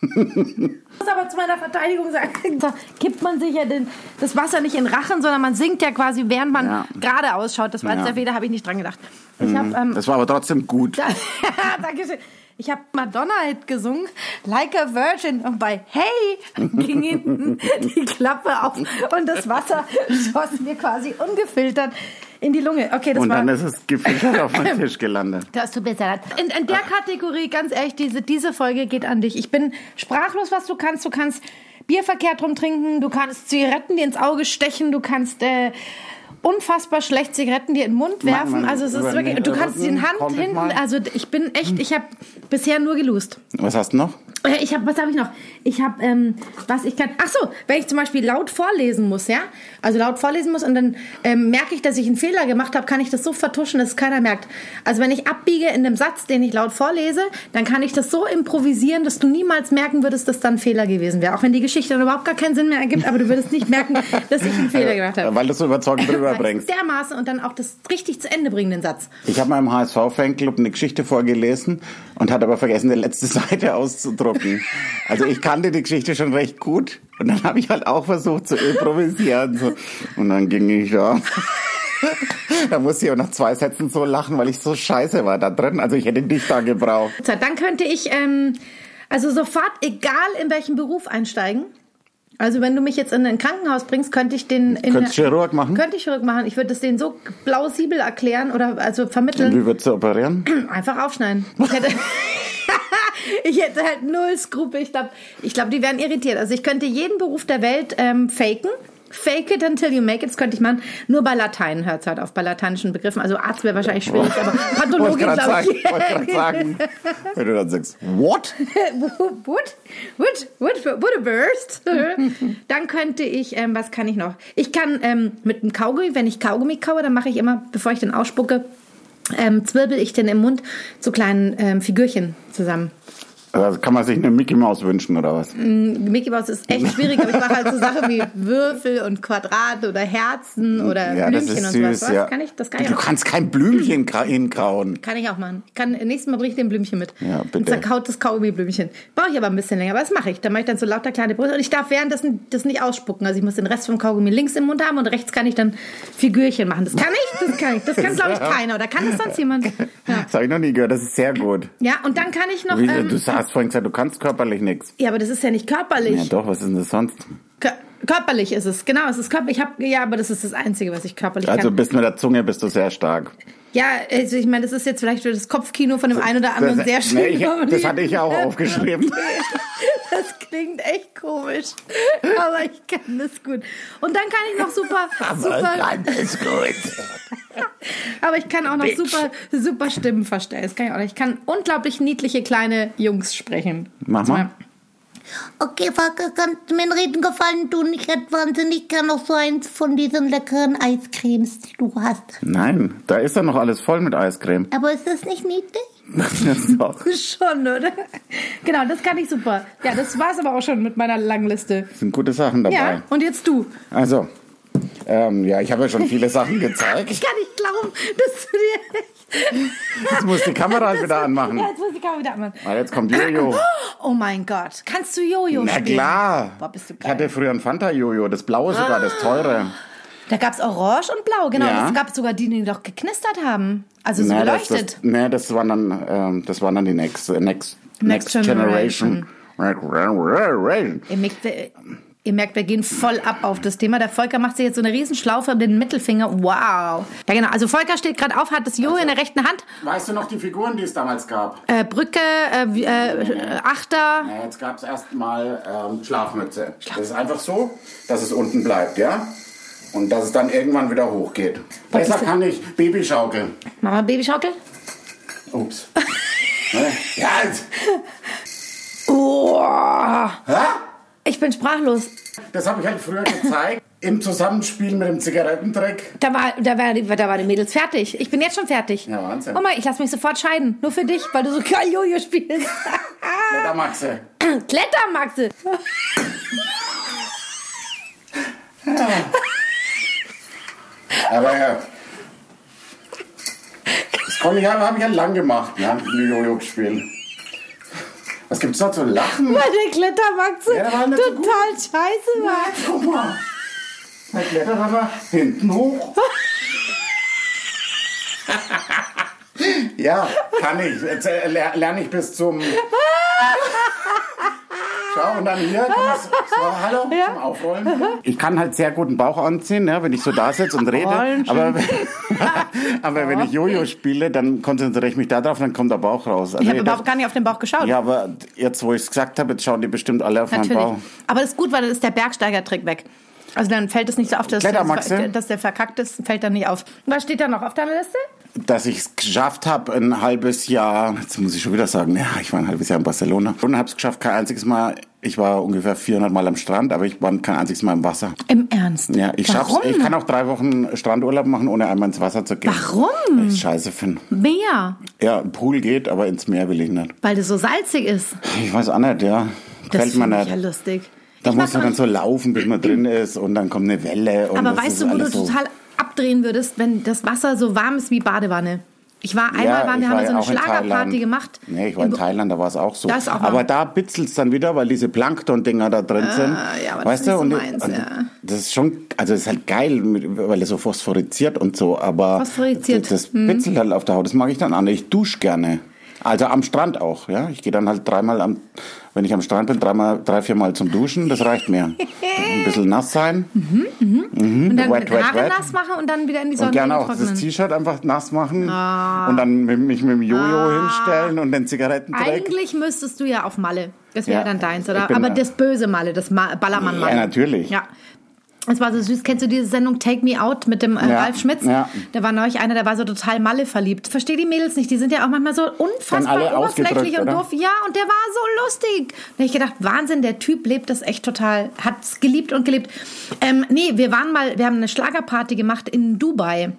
S1: Ich muss aber zu meiner Verteidigung sagen, [laughs] da kippt man sich ja den, das Wasser nicht in den Rachen, sondern man sinkt ja quasi, während man
S2: Ja.
S1: gerade ausschaut. Das war jetzt
S2: Ja. Mhm.
S1: der Fehler, habe ich nicht dran gedacht. Ich habe ähm, [laughs]
S2: Das war aber trotzdem gut.
S1: Da, [laughs] Dankeschön. Ich habe Madonna-Hit gesungen, Like a Virgin. Und bei Hey ging hinten [laughs] die Klappe auf und das Wasser [laughs] schoss mir quasi ungefiltert in die Lunge. Okay, das
S2: Und
S1: war.
S2: dann ist es gefiltert auf
S1: [laughs]
S2: meinem Tisch gelandet.
S1: das tut mir sehr leid. In, in der Kategorie, ganz ehrlich, diese, diese Folge geht an dich. Ich bin sprachlos, was du kannst. Du kannst Bier verkehrt rum trinken, du kannst Zigaretten dir ins Auge stechen, du kannst äh, unfassbar schlecht Zigaretten dir in den Mund werfen.
S2: Mann,
S1: also es ist
S2: über
S1: wirklich,
S2: den
S1: du kannst
S2: Rücken
S1: den Hand
S2: kommt
S1: hinten,
S2: mal.
S1: also ich bin echt, ich habe bisher nur gelost.
S2: Was hast du noch?
S1: Äh, Ich habe, was habe ich noch? Ich habe, ähm, was ich kann. Ach so, wenn ich zum Beispiel laut vorlesen muss, ja, also laut vorlesen muss und dann ähm, merke ich, dass ich einen Fehler gemacht habe, kann ich das so vertuschen, dass es keiner merkt. Also wenn ich abbiege in dem Satz, den ich laut vorlese, dann kann ich das so improvisieren, dass du niemals merken würdest, dass da ein Fehler gewesen wäre. Auch wenn die Geschichte dann überhaupt gar keinen Sinn mehr ergibt, aber du würdest nicht merken, [laughs] dass ich einen Fehler gemacht habe.
S2: Äh, Weil Also, du es so
S1: [laughs]
S2: überzeugend
S1: Weil
S2: rüberbringst.
S1: ich Dermaßen und dann auch das richtig zu Ende bringen, den Satz.
S2: Ich habe meinem HSV-Fanclub eine Geschichte vorgelesen und hatte aber vergessen, die letzte [laughs] Seite auszudrucken. Also ich kannte die Geschichte schon recht gut und dann habe ich halt auch versucht zu improvisieren. So. Und dann ging ich da [laughs] da musste ich auch nach zwei Sätzen so lachen, weil ich so scheiße war da drin. Also ich hätte dich da gebraucht.
S1: So, Dann könnte ich ähm, also sofort, egal in welchen Beruf einsteigen. Also wenn du mich jetzt in ein Krankenhaus bringst, könnte ich den... In
S2: Könntest Chirurg machen?
S1: Könnte ich Chirurg machen. Ich würde es denen so plausibel erklären oder also vermitteln.
S2: Wie würdest du operieren?
S1: [laughs] Einfach aufschneiden.
S2: [laughs]
S1: Ich hätte, ich hätte halt null Skrupel. Ich glaube, ich glaub, die wären irritiert. Also ich könnte jeden Beruf der Welt ähm, faken. Fake it until you make it, das könnte ich machen. Nur bei Latein hört es halt auf, bei lateinischen Begriffen. Also Arzt wäre wahrscheinlich schwierig,
S2: [laughs]
S1: aber
S2: Wollte
S1: Pathologin,
S2: grad
S1: glaube
S2: sagen,
S1: ich.
S2: wollte grad sagen. Wenn du dann sagst, what?
S1: [laughs] would, would, would, would a burst. dann könnte ich, ähm, was kann ich noch? Ich kann ähm, mit einem Kaugummi, wenn ich Kaugummi kaue, dann mache ich immer, bevor ich den ausspucke, ähm, zwirbel ich den im Mund zu kleinen ähm, Figürchen zusammen.
S2: Also kann man sich eine Mickey Maus wünschen oder was?
S1: Mickey Mouse ist echt schwierig, aber ich mache halt so Sachen wie Würfel und Quadrate oder Herzen oder Blümchen und sowas. Was? Kann ich, das kann ich
S2: du
S1: auch.
S2: kannst kein Blümchen gra- hinkauen.
S1: Kann ich auch machen. Kann, nächstes Mal bringe ich den Blümchen mit.
S2: Ja, bitte.
S1: Ein zerkautes Kaugummi-Blümchen. Brauche ich aber ein bisschen länger, aber das mache ich. Dann mache ich dann so lauter kleine Brüste und ich darf währenddessen das nicht ausspucken. Also ich muss den Rest vom Kaugummi links im Mund haben und rechts kann ich dann Figürchen machen. Das kann ich, das kann ich. Das kann,
S2: [laughs]
S1: glaube ich, keiner. Oder kann das sonst jemand? Ja,
S2: Das habe ich noch nie gehört, das ist sehr gut.
S1: ja und dann kann ich noch...
S2: Wie, äh, du
S1: Ähm,
S2: hast vorhin gesagt, du kannst körperlich nichts.
S1: ja, aber das ist ja nicht körperlich.
S2: Ja doch, was ist denn das sonst?
S1: Kör körperlich ist es, genau, es ist körperlich. Ich hab, ja, aber das ist das Einzige, was ich körperlich
S2: Also
S1: kann.
S2: bist mit der Zunge bist du sehr stark.
S1: Ja, also ich meine, das ist jetzt vielleicht für das Kopfkino von dem einen oder anderen sehr schön.
S2: Nee, ich,
S1: aber
S2: das
S1: die-
S2: hatte ich auch aufgeschrieben.
S1: Das klingt echt komisch, aber ich kann das gut. Und dann kann ich noch super, super,
S2: ist gut.
S1: aber ich kann auch noch
S2: Bitch.
S1: super, super Stimmen verstellen. Das kann ich auch. nicht. Ich kann unglaublich niedliche kleine Jungs sprechen.
S2: Mach mal.
S4: Okay, Falke, kannst du mir einen reden gefallen tun? Ich hätte wahnsinnig gern noch so eins von diesen leckeren Eiscremes, die du hast.
S2: Nein, da ist ja noch alles voll mit Eiscreme. [laughs]
S4: Aber ist das nicht niedlich?
S2: Das ist doch-
S1: Schon, oder? Genau, das kann ich super. Ja, das war's aber auch schon mit meiner langen Liste.
S2: sind gute Sachen dabei.
S1: Ja, und jetzt du.
S2: Also, ähm, ja, ich habe ja schon viele Sachen
S1: Ich
S2: gezeigt.
S1: kann nicht glauben, dass du dir
S2: Jetzt muss die Kamera halt wieder anmachen.
S1: Ja, jetzt muss ich auch wieder anmachen.
S2: Ah, jetzt kommt Jojo.
S1: Oh mein Gott, kannst du Jojo
S2: Na
S1: spielen?
S2: klar.
S1: Boah, bist du
S2: ich
S1: geil. Ah,
S2: hatte früher ein Fanta-Jojo, das blaue sogar, das teure.
S1: Da gab es Orange und Blau, genau.
S2: Ja.
S1: Und es gab sogar die, die doch geknistert haben. Also so
S2: Na, das,
S1: beleuchtet.
S2: das, nee, das waren dann, ähm, das waren dann die Next, äh, next,
S1: Next
S2: next, Generation. Generation.
S1: Ihr, merkt, wir- ihr merkt, wir gehen voll ab auf das Thema. Der Volker macht sich jetzt so eine Riesenschlaufe um den Mittelfinger. Wow. Ja, genau. Also Volker steht gerade auf, hat das Jojo in der rechten Hand.
S2: Weißt du noch die Figuren, die es damals gab?
S1: Äh, Brücke, äh, wie- äh, Achter.
S2: Ja, jetzt gab es erstmal ähm, Schlafmütze. Das ist einfach so, dass es unten bleibt, ja? Und dass es dann irgendwann wieder hochgeht. Besser kann ich Babyschaukel.
S1: Mama, Babyschaukel. [laughs]
S2: Ups. Ne? ja, jetzt.
S1: Oh,
S2: Hä?
S1: ich bin sprachlos.
S2: Das habe ich halt früher gezeigt. Im Zusammenspiel mit dem Zigarettentrick.
S1: Da war, da, war, da waren die Mädels fertig. Ich bin jetzt schon fertig.
S2: Ja, Wahnsinn.
S1: Oh mein, ich lass mich sofort scheiden. Nur für dich, weil du so geil
S2: [laughs]
S1: Jojo spielst.
S2: Oder Maxe.
S1: Klettermaxe.
S2: Aber ja. Das konnte ich, habe ich ja lang gemacht, ne? Mit Jojo gespielt. Was gibt's da zu lachen?
S1: Weil der Klettermaxe
S2: Ja, der war halt nicht so gut.
S1: total scheiße war.
S2: Guck mal. Der klettert aber hinten hoch. ja, kann ich. Jetzt äh, ler- lerne ich bis zum. Schau, und dann hier, kann man so, so, hallo, zum Aufrollen. Ich kann halt sehr guten Bauch anziehen, ja, wenn ich so da sitze und rede.
S1: Rollen,
S2: Aber, aber wenn ich Jojo spiele, dann konzentriere ich mich darauf, dann kommt der Bauch raus. Also
S1: Ich habe
S2: ihr
S1: überhaupt
S2: dacht-
S1: gar nicht auf den Bauch geschaut.
S2: ja, aber jetzt, wo ich es gesagt habe, jetzt schauen die bestimmt alle auf meinen
S1: Natürlich.
S2: Bauch.
S1: Aber das ist gut, weil dann ist der Bergsteigertrick weg. Also dann fällt es nicht so auf, dass,
S2: Klettermaxe?
S1: dass der verkackt ist, fällt dann nicht auf. Was steht da noch auf deiner Liste?
S2: dass ich es geschafft habe, ein halbes Jahr, jetzt muss ich schon wieder sagen, ja, ich war ein halbes Jahr in Barcelona und habe es geschafft, kein einziges Mal, ich war ungefähr 400 Mal am Strand, aber ich war kein einziges Mal im Wasser.
S1: Im Ernst?
S2: Ja, ich schaff's.
S1: Warum?
S2: Ich kann auch drei Wochen Strandurlaub machen, ohne einmal ins Wasser zu gehen.
S1: Warum?
S2: Weil ich scheiße finde.
S1: Mehr,
S2: Ja, im Pool geht, aber ins Meer will ich nicht.
S1: weil das so salzig ist.
S2: Ich weiß auch nicht, ja.
S1: Das
S2: Gefällt mir
S1: finde ich
S2: nicht.
S1: ja lustig.
S2: Da
S1: Ich
S2: musst du
S1: mag
S2: dann
S1: auch
S2: so laufen, bis man drin ist und dann kommt eine Welle. Und
S1: Aber
S2: das
S1: weißt
S2: ist
S1: du, wo du
S2: alles so.
S1: total abdrehen würdest, wenn das Wasser so warm ist wie Badewanne? Ich war einmal, waren, wir
S2: ich
S1: haben
S2: war
S1: wir so eine
S2: auch in
S1: Schlagerparty
S2: Thailand.
S1: gemacht.
S2: Nee, ich war in
S1: Bo-
S2: Thailand, da war es auch so.
S1: Da ist auch
S2: aber
S1: warm.
S2: da bitzelt es dann wieder, weil diese Plankton-Dinger da drin sind.
S1: ja, aber das
S2: weißt
S1: ist nicht
S2: du?
S1: so
S2: und,
S1: meins,
S2: und
S1: ja.
S2: Das ist schon, also das ist halt geil, mit- weil es so phosphorisiert und so, aber
S1: Phosphorisiert,
S2: das, das bitzelt halt auf der Haut. Das mag ich dann auch nicht. Ich dusche gerne. Also am Strand auch, ja. Ich gehe dann halt dreimal am, wenn ich am Strand bin, dreimal, drei, viermal zum Duschen, das reicht mir. Ein bisschen nass sein.
S1: Und dann
S2: wet, wet,
S1: Haare
S2: wet.
S1: nass machen und dann wieder in die Sonne
S2: Und gerne auch das
S1: trocknen.
S2: T-Shirt einfach nass machen
S1: Ah.
S2: und dann mit, mich mit dem Jojo hinstellen und den Zigarettendreck.
S1: Eigentlich müsstest du ja auf Malle. Das wäre
S2: Ja,
S1: dann deins,
S2: ich
S1: oder?
S2: bin,
S1: Aber
S2: äh,
S1: das böse Malle, das Ma Ballermann Malle.
S2: Ja, natürlich.
S1: Ja. Es war so süß. Kennst du diese Sendung Take Me Out mit dem äh,
S2: Ja,
S1: Ralf Schmitz?
S2: ja.
S1: Da war neulich einer, der war so total Malle verliebt. Verstehe die Mädels nicht. Die sind ja auch manchmal so
S2: Dann alle
S1: unfassbar oberflächlich
S2: ausgedrückt,
S1: und
S2: oder?
S1: doof. Ja, und der war so lustig. Da hab ich gedacht, Wahnsinn, der Typ lebt das echt total. Hat's geliebt und gelebt. Ähm, nee, wir waren mal, wir haben eine Schlagerparty gemacht in Dubai.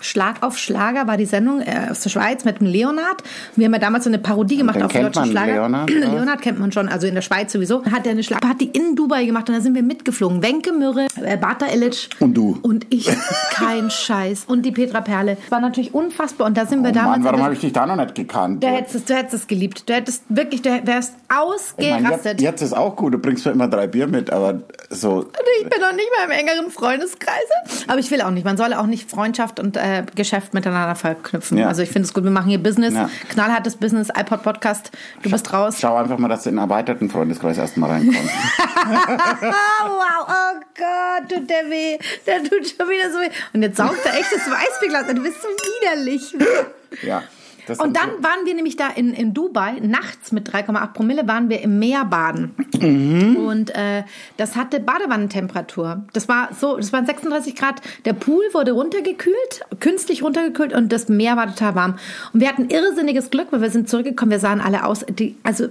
S1: Schlag auf Schlager war die Sendung äh, aus der Schweiz mit dem Leonard. Wir haben ja damals so eine Parodie gemacht
S2: Den
S1: auf den
S2: kennt
S1: deutschen
S2: man,
S1: Schlager. [clears throat]
S2: Leonard, oder?
S1: Leonard kennt man schon, also in der Schweiz sowieso. Hat er eine Schlagparty in Dubai gemacht und da sind wir mitgeflogen. Wenke Mürre, äh, Bata Illich.
S2: Und du.
S1: Und ich. [laughs] Kein Scheiß. Und die Petra Perle. War natürlich unfassbar. Und da sind wir
S2: Oh
S1: damals.
S2: Mann, warum
S1: in-
S2: habe ich dich da noch nicht gekannt?
S1: du, hättest, du hättest es geliebt. Du hättest wirklich, du wärst
S2: Ich mein, jetzt,
S1: ausgerastet.
S2: jetzt ist auch gut, du bringst mir immer drei Bier mit, aber so.
S1: [laughs] Ich bin noch nicht mal im engeren Freundeskreise. Aber ich will auch nicht. Man soll auch nicht Freundschaft und äh, Geschäft miteinander verknüpfen.
S2: Ja.
S1: Also ich finde es gut, wir machen hier Business.
S2: Ja.
S1: Knallhartes Business, iPod Podcast. Du bist raus.
S2: Schau einfach mal, dass du in den erweiterten Freundeskreis erstmal
S1: [laughs]
S2: reinkommst.
S1: Oh, wow. Oh Gott, tut der weh. Der tut schon wieder so weh. Und jetzt saugt er echtes Weißbeglas. Du bist so widerlich.
S2: ja. das sind
S1: Und dann waren wir nämlich da in, in Dubai, nachts mit 3,8 Promille waren wir im Meer baden. Und äh, das hatte Badewannentemperatur. Das war so, das waren 36 Grad. Der Pool wurde runtergekühlt, künstlich runtergekühlt und das Meer war total warm. Und wir hatten irrsinniges Glück, weil wir sind zurückgekommen, wir sahen alle aus, die, also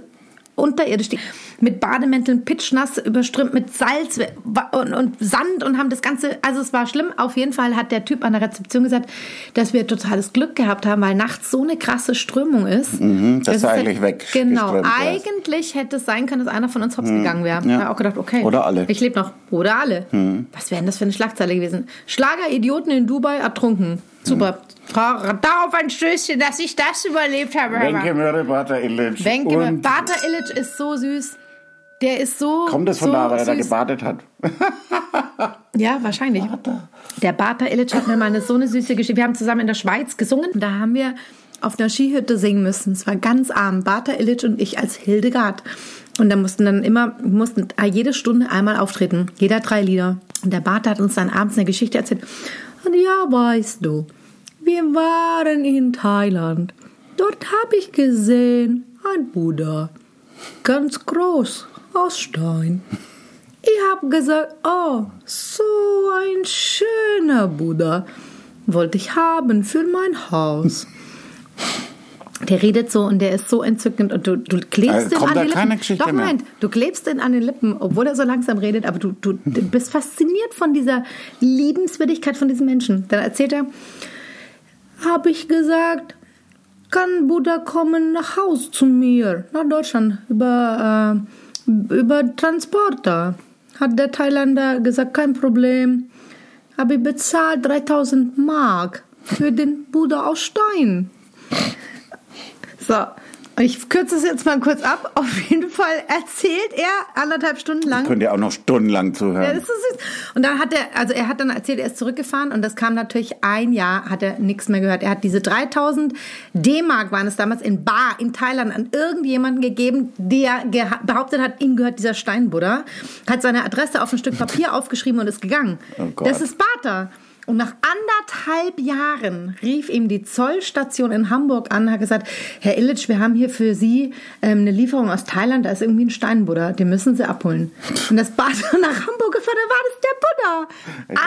S1: unterirdisch, die, mit Bademänteln, pitschnass, überströmt mit Salz wa- und, und Sand und haben das Ganze, also es war schlimm. Auf jeden Fall hat der Typ an der Rezeption gesagt, dass wir totales Glück gehabt haben, weil nachts so eine krasse Strömung ist.
S2: dass
S1: Es
S2: du
S1: ist
S2: eigentlich weggeströmt
S1: Genau,
S2: wärst.
S1: eigentlich hätte es sein können, dass einer von uns hops gegangen wäre.
S2: Hm. ja.
S1: Ich habe auch gedacht, okay.
S2: Oder alle. Hm.
S1: Ich lebe noch. Oder alle. Was wäre denn das für eine Schlagzeile gewesen? Schlageridioten in Dubai ertrunken. Super. Hm. Darauf ein Stößchen, dass ich das überlebt habe.
S2: Wenke Möhre, Bata Illich.
S1: Wenke
S2: und
S1: Bata Illich ist so süß. Der ist so.
S2: Kommt das von
S1: so
S2: da, weil er da
S1: süß.
S2: gebadet hat?
S1: Ja, wahrscheinlich. Der Bata Illich hat mir mal eine, so eine süße Geschichte. Wir haben zusammen in der Schweiz gesungen. Da haben wir auf einer Skihütte singen müssen. Es war ganz arm. Bata Illich und ich als Hildegard. Und da mussten dann immer, mussten ah, jede Stunde einmal auftreten. Jeder drei Lieder. Und der Bata hat uns dann abends eine Geschichte erzählt. Und ja, weißt du, wir waren in Thailand. Dort habe ich gesehen, ein Buddha. Ganz groß, aus Stein. Ich habe gesagt, oh, so ein schöner Buddha wollte ich haben für mein Haus. Der redet so und der ist so entzückend und du, du
S2: Also
S1: klebst ihm
S2: kommt
S1: an
S2: da
S1: den Lippen.
S2: keine Geschichte
S1: Doch,
S2: mehr?
S1: Moment, du klebst ihn an den Lippen, obwohl er so langsam redet, aber du, du, du bist fasziniert von dieser Liebenswürdigkeit von diesem Menschen. Dann erzählt er, habe ich gesagt, kann Buddha kommen nach Haus zu mir, nach Deutschland, über, äh, über Transporter. Hat der Thailänder gesagt, kein Problem. Habe ich bezahlt 3000 Mark für den Buddha aus Stein. So, ich kürze es jetzt mal kurz ab. Auf jeden Fall erzählt er anderthalb Stunden lang
S2: Könnt ihr auch noch stundenlang
S1: ja,
S2: zuhören.
S1: das ist so süß. Und dann hat er, also er hat dann erzählt, er ist zurückgefahren und das kam natürlich ein Jahr, hat er nichts mehr gehört. Er hat diese 3000 D-Mark waren es damals in Bar in Thailand an irgendjemanden gegeben, der geha- behauptet hat, ihm gehört dieser Steinbuddha, hat seine Adresse auf ein Stück Papier aufgeschrieben und ist gegangen.
S2: Oh Gott.
S1: das ist Bata. Und nach anderthalb Jahren rief ihm die Zollstation in Hamburg an, hat gesagt, Herr Illich, wir haben hier für Sie ähm, eine Lieferung aus Thailand, da ist irgendwie ein Steinbuddha, den müssen Sie abholen. Und das Bad [laughs] nach Hamburg gefahren, da war das der Buddha.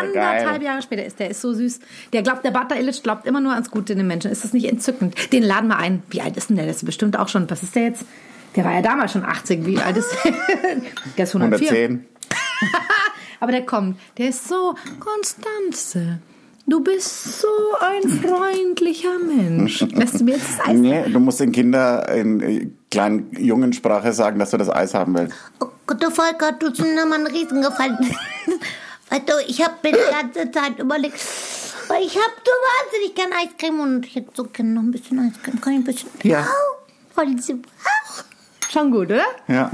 S2: Ist ja
S1: anderthalb
S2: geil.
S1: Jahre später ist der, ist so süß. Der glaubt, der Bata Illich glaubt immer nur ans Gute in den Menschen. Ist das nicht entzückend? Den laden wir ein. Wie alt ist denn der? Das ist bestimmt auch schon, was ist der jetzt? Der war ja damals schon 80, wie alt ist der? [laughs] Der ist 104.
S2: 110.
S1: Aber der kommt. Der ist so, Konstanze, du bist so ein freundlicher Mensch. Lässt du mir jetzt das Eis?
S2: Nee, du musst den Kindern in äh, kleinen jungen Sprache sagen, dass du das Eis haben willst.
S4: Oh Gott, du Volker, du [laughs] hast mir mal einen Riesen gefallen. Weißt du, ich habe mir die ganze Zeit überlegt, Weil ich hab so wahnsinnig gern Eiscreme und ich hätte so gerne noch ein bisschen Eiscreme. Kann ich ein bisschen.
S2: Ja.
S4: Au, voll super.
S1: Schon gut, oder?
S2: Ja.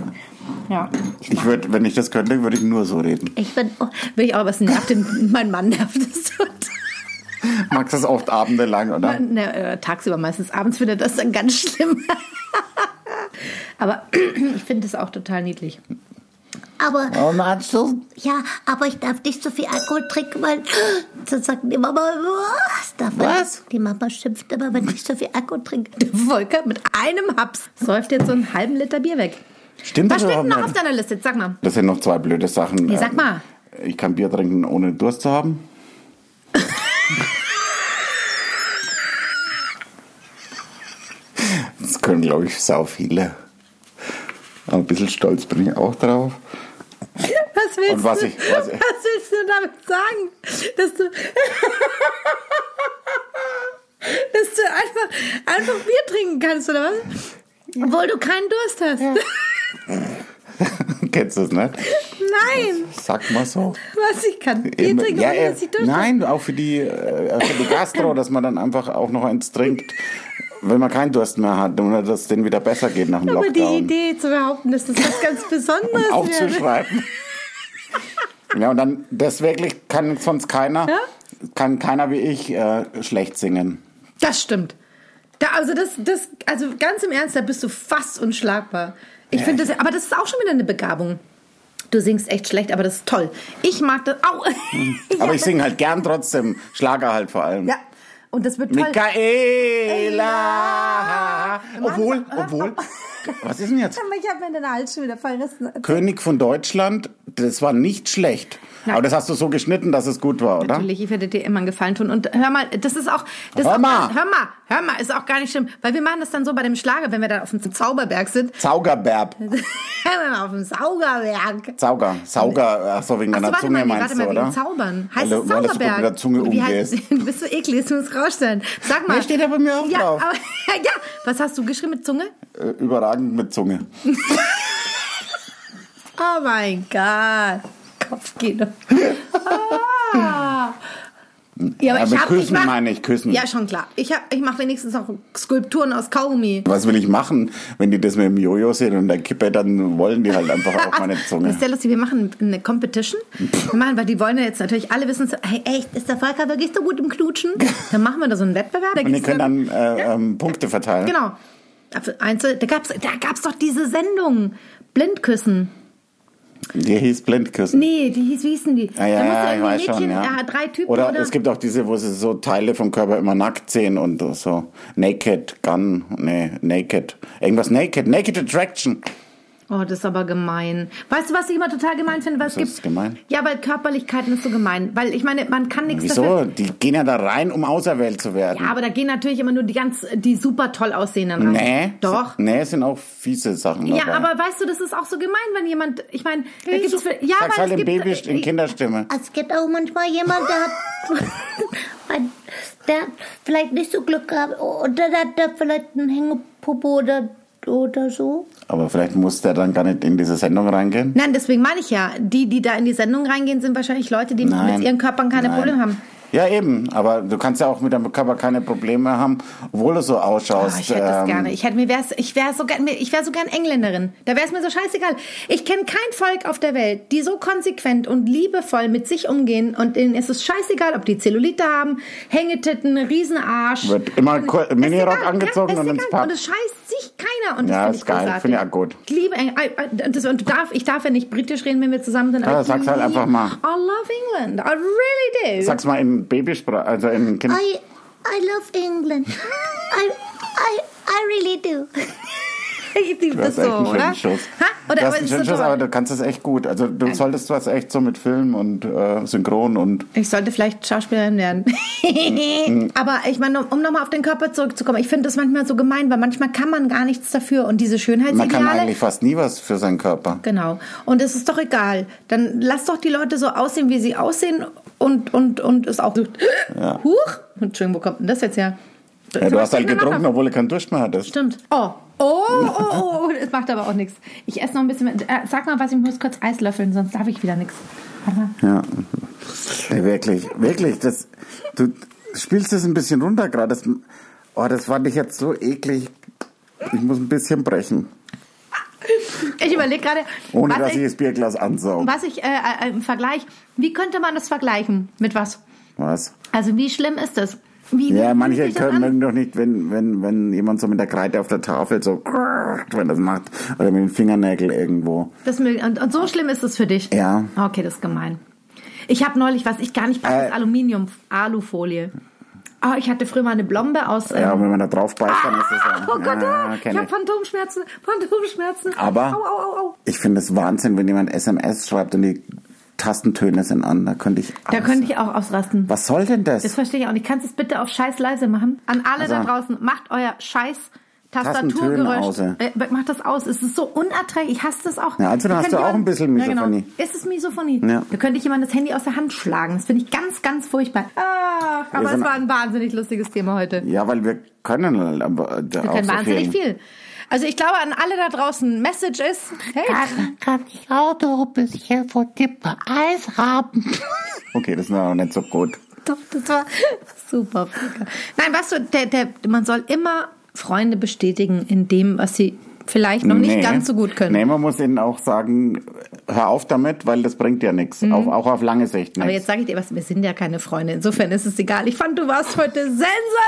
S1: Ja.
S2: Ich würde, wenn ich das könnte, würde ich nur so reden.
S4: Ich bin. Oh,
S1: Will ich auch, aber es nervt den, mein Mann nervt es.
S2: Magst das oft abendelang, oder?
S1: Ne, äh, tagsüber meistens. Abends findet das dann ganz schlimm. [laughs] aber [clears throat] ich finde es auch total niedlich.
S4: aber.
S2: Oh, magst du?
S4: Ja, aber ich darf nicht so viel Alkohol trinken, weil [gasps] sonst sagt die Mama, was darf man?
S1: Was?
S4: Die Mama schimpft immer, wenn ich so viel Alkohol trinke.
S5: [laughs]
S1: Der Volker mit einem Haps säuft jetzt so einen halben Liter Bier weg.
S2: Stimmt
S1: Was
S2: das
S1: steht denn
S2: überhaupt
S1: noch auf
S2: nicht?
S1: deiner Liste? Sag mal.
S2: Das sind noch zwei blöde Sachen. Ähm,
S1: Nee, sag mal.
S2: Ich kann Bier trinken, ohne Durst zu haben. das können, glaube ich, sau viele. Aber ein bisschen stolz bin ich auch drauf. [laughs]
S1: Was willst
S2: Und was
S1: du,
S2: ich- was ich-
S1: was willst du damit sagen? Dass du, [laughs] dass du einfach, einfach Bier trinken kannst, oder was? Obwohl du keinen Durst hast.
S2: Kennst du das nicht?
S1: [laughs] Nein,
S2: Sag mal so.
S1: was ich kann. Bier
S2: Eben-
S1: trinken,
S2: ja,
S1: ohne
S2: äh,
S1: dass ich Durst habe.
S2: Nein, auch für die, äh, für die Gastro, dass man dann einfach auch noch eins trinkt, wenn man keinen Durst mehr hat und dass es denen wieder besser geht nach dem
S1: Aber
S2: Lockdown. Um
S1: die Idee zu behaupten, dass das
S2: [laughs]
S1: was ganz Besonderes [laughs] wäre.
S2: aufzuschreiben. ja, und dann, das wirklich kann sonst keiner,
S1: Ja?
S2: kann keiner wie ich äh, schlecht singen.
S1: Das stimmt. Da, also, das, das, also ganz im Ernst, da bist du fast unschlagbar. Ich finde das, aber das ist auch schon wieder eine Begabung. Du singst echt schlecht, aber das ist toll. Ich mag das. Au! [laughs]
S2: Aber ich singe halt gern trotzdem, Schlager halt vor allem.
S1: Ja, und das wird toll.
S2: Michaela! Obwohl,
S1: Mann, [laughs]
S2: obwohl, was ist denn jetzt?
S1: Ich habe mir den Hals schon wieder verrissen.
S2: König von Deutschland, das war nicht schlecht.
S1: Nein.
S2: Aber das hast du so geschnitten, dass es gut war, oder?
S1: Natürlich, ich werde dir immer einen Gefallen tun. Und hör mal, das ist auch. Das
S2: Hör
S1: ist auch,
S2: mal.
S1: Hör mal, hör mal, ist auch gar nicht schlimm. Weil wir machen das dann so bei dem Schlager, wenn wir dann auf dem Zauberberg sind. [laughs]
S2: Zaugerberb.
S1: dann auf dem Saugerberg.
S2: Zauger. Sauger. Achso, wegen
S1: Achso,
S2: deiner
S1: warte
S2: Zunge
S1: mal, nee,
S2: meinst
S1: warte
S2: du,
S1: mal,
S2: oder?
S1: wegen Zaubern. Heißt
S2: Weil
S1: es
S2: du- weil das gut
S1: Sauberberg?
S2: mit der Zunge
S1: Wie
S2: umgehst.
S1: heißt- [laughs] bist du eklig, das muss rausstellen. Sag mal.
S2: Nee, steht ja bei mir auch
S1: ja,
S2: drauf.
S1: Aber, [laughs] ja, was hast du geschrieben mit Zunge?
S2: Äh, Überragend mit Zunge.
S1: Oh mein Gott. Kopfkino. [laughs] Ah. Ja,
S2: Ja,
S1: aber ich
S2: mit
S1: hab, ich
S2: Küssen
S1: mach,
S2: meine ich, Küssen.
S1: Ja, schon klar. Ich, hab- ich mache wenigstens noch Skulpturen aus Kaugummi.
S2: Was will ich machen, wenn die das mit dem Jojo sehen und der Kippe, dann wollen die halt einfach auch meine
S1: [laughs] Das
S2: Zunge.
S1: ist ja lustig, wir machen eine Competition. Wir machen, weil die wollen ja jetzt natürlich alle wissen, so, hey, echt, ist der Volker wirklich so gut
S2: [laughs]
S1: im Knutschen? Dann machen wir da so einen Wettbewerb. Da
S2: Und die
S1: gibt's
S2: können dann äh, ähm, Punkte verteilen.
S1: Genau. Einzel, da gab's, da gab's doch diese Sendung. Blindküssen.
S2: Die hieß Blindküssen.
S1: Nee, die hieß, wie hießen die?
S2: Ah, ja,
S1: da musste
S2: ja, ich
S1: irgendwie
S2: weiß
S1: Mädchen,
S2: schon, ja.
S1: äh, drei Typen
S2: oder, es gibt auch diese, wo sie so Teile vom Körper immer nackt sehen und so. Naked Gun, nee, Naked. Irgendwas Naked, Naked Attraction.
S1: Oh, das ist aber gemein. Weißt du, was ich immer total gemein finde? Was
S2: Wieso ist
S1: gibt
S2: das gemein?
S1: Ja, weil Körperlichkeiten ist so gemein. Weil ich meine, man kann nichts
S2: Wieso?
S1: dafür.
S2: Die gehen ja da rein, um auserwählt zu werden.
S1: Ja, aber da gehen natürlich immer nur die ganz, die super toll aussehenden rein.
S2: nee,
S1: Doch.
S2: Nee, es sind auch fiese Sachen dabei.
S1: Ja, aber weißt du, das ist auch so gemein, wenn jemand, ich meine, da gibt's für, ja,
S2: Sag's
S1: weil
S2: halt
S1: es
S2: in
S1: gibt, äh,
S2: Baby, in Kinderstimme.
S4: Es gibt auch manchmal jemand,
S5: [laughs]
S4: der hat, ein- der hat vielleicht nicht so Glück gehabt oder der hat da vielleicht einen Hängepopo oder, oder so.
S2: Aber vielleicht muss der dann gar nicht in diese Sendung reingehen.
S1: Nein, deswegen meine ich ja, die, die da in die Sendung reingehen, sind wahrscheinlich Leute, die mit ihren Körpern keine
S2: Nein.
S1: Probleme haben.
S2: Ja, eben. Aber du kannst ja auch mit deinem Körper keine Probleme haben, obwohl du so ausschaust.
S1: Ah, ich hätte das
S2: ähm,
S1: gerne. Ich hätte mir wär's, ich wär so gern, ich wär so gern Engländerin. Da wäre es mir so scheißegal. Ich kenne kein Volk auf der Welt, die so konsequent und liebevoll mit sich umgehen und denen ist es scheißegal, ob die Zellulite haben, Hängetitten, Riesenarsch.
S2: Wird immer Kur-
S1: Ist
S2: Minirock
S1: egal.
S2: angezogen
S1: ja, ist
S2: und ins
S1: egal.
S2: Pub.
S1: Und es scheißt sich keiner. Und das
S2: Ja,
S1: find
S2: ist
S1: ich
S2: geil.
S1: großartig.
S2: Find ich auch gut.
S1: Ich liebe, Eng- äh, äh, das, und darf, ich darf ja nicht britisch reden, wenn wir zusammen sind.
S2: Ja,
S1: aber
S2: sag's
S1: ich
S2: halt einfach mal.
S1: I love England. I really do.
S2: Sag's mal in Babysprache, also in Kind.
S1: Ah,
S4: I, I love England. I, I, I really do.
S1: [laughs] ich liebe
S2: Du
S1: das
S2: hast
S1: so,
S2: echt einen
S1: oder?
S2: schönen Schuss.
S1: Ha?
S2: du
S1: Oder,
S2: hast
S1: aber
S2: einen
S1: es
S2: schönen
S1: ist so
S2: Schuss,
S1: toll.
S2: aber du kannst das echt gut. Also du solltest was echt so mit Film und äh, Synchron und
S1: Ich sollte vielleicht Schauspielerin werden. [laughs] Aber ich meine, um- um nochmal auf den Körper zurückzukommen, ich finde das manchmal so gemein, weil manchmal kann man gar nichts dafür und diese
S2: man kann eigentlich
S1: Schönheitsideale.
S2: fast nie was für seinen Körper.
S1: Genau. Und es ist doch egal. Dann lass doch die Leute so aussehen, wie sie aussehen und und und ist auch. Huch! Entschuldigung, wo kommt denn das jetzt her?
S2: Ja, du hast halt getrunken,
S1: Macher.
S2: obwohl du keinen Durst mehr hattest.
S1: Stimmt. Oh. Oh, oh, oh, oh, das macht aber auch nichts. Ich esse noch ein bisschen. Äh, sag mal was, ich muss kurz Eis löffeln, sonst darf ich wieder nichts.
S2: Ja. Ey, wirklich, wirklich. Das, du spielst das ein bisschen runter gerade. Das, oh, das fand ich jetzt so eklig. Ich muss ein bisschen brechen.
S1: Ich überlege gerade,
S2: Ohne
S1: was
S2: dass ich
S1: ich,
S2: das Bierglas ansauge.
S1: was ich äh, äh, im Vergleich, wie könnte man das vergleichen mit was?
S2: Was?
S1: Also wie schlimm ist das? Wie,
S2: Ja,
S1: wie
S2: manche
S1: fühlt sich das
S2: können,
S1: an?
S2: mögen doch nicht, wenn, wenn, wenn jemand so mit der Kreide auf der Tafel so, wenn das macht, oder mit den Fingernägeln irgendwo.
S1: Das mögen, und, und so schlimm ist es für dich?
S2: Ja.
S1: Okay, das ist gemein. Ich habe neulich, was ich gar nicht packe,
S2: Äh.
S1: ist Aluminium, Alufolie. Oh, ich hatte früher mal eine Blombe aus...
S2: Ja,
S1: ähm,
S2: und wenn man da drauf beißt, dann ist das ja.
S1: [laughs] Oh Gott,
S2: ja,
S1: ja,
S2: kenn
S1: ich habe Phantomschmerzen, Phantomschmerzen.
S2: Aber-
S1: Au, au, au, au.
S2: Ich finde es Wahnsinn, wenn jemand SMS schreibt und die Tastentöne sind an. Da könnte ich.
S1: Da könnte ich auch ausrasten.
S2: Was soll denn das?
S1: Das verstehe ich auch nicht. Kannst du es bitte auf scheiß leise machen? An alle da
S2: Also.
S1: draußen, macht euer scheiß
S2: Tastentöne
S1: Tastaturgeräusch.
S2: aus, ja.
S1: Äh, macht das aus. Es ist so unerträglich. Ich hasse das auch.
S2: Ja, also dann
S1: Da
S2: hast
S1: könnte
S2: du auch ein bisschen
S1: Ja,
S2: Misophonie.
S1: genau. Ist es Misophonie?
S2: Ja.
S1: Da könnte ich jemand das Handy aus der Hand schlagen. Das finde ich ganz, ganz furchtbar. Ach,
S2: Wir
S1: aber es
S2: sind-
S1: war ein wahnsinnig lustiges Thema heute.
S2: ja, weil wir können halt aber äh, da
S1: Wir
S2: auch
S1: können
S2: so
S1: wahnsinnig
S2: viel.
S1: viel. Also ich glaube, an alle da draußen, Message ist, hey,
S5: Dann kann ich auch noch ein bisschen von dem Eis haben.
S2: Okay, das war auch nicht so gut.
S1: Doch, das war [laughs] super. Volker. Nein, weißt du, der, der, man soll immer Freunde bestätigen in dem, was sie vielleicht noch nicht
S2: Nee.
S1: ganz so gut können.
S2: Nee, man muss ihnen auch sagen, hör auf damit, weil das bringt ja nichts. Auch, auch auf lange Sicht
S1: Mhm. Aber
S2: nichts.
S1: jetzt sage ich dir was, wir sind ja keine Freunde. Insofern ist es egal. Ich fand, du warst heute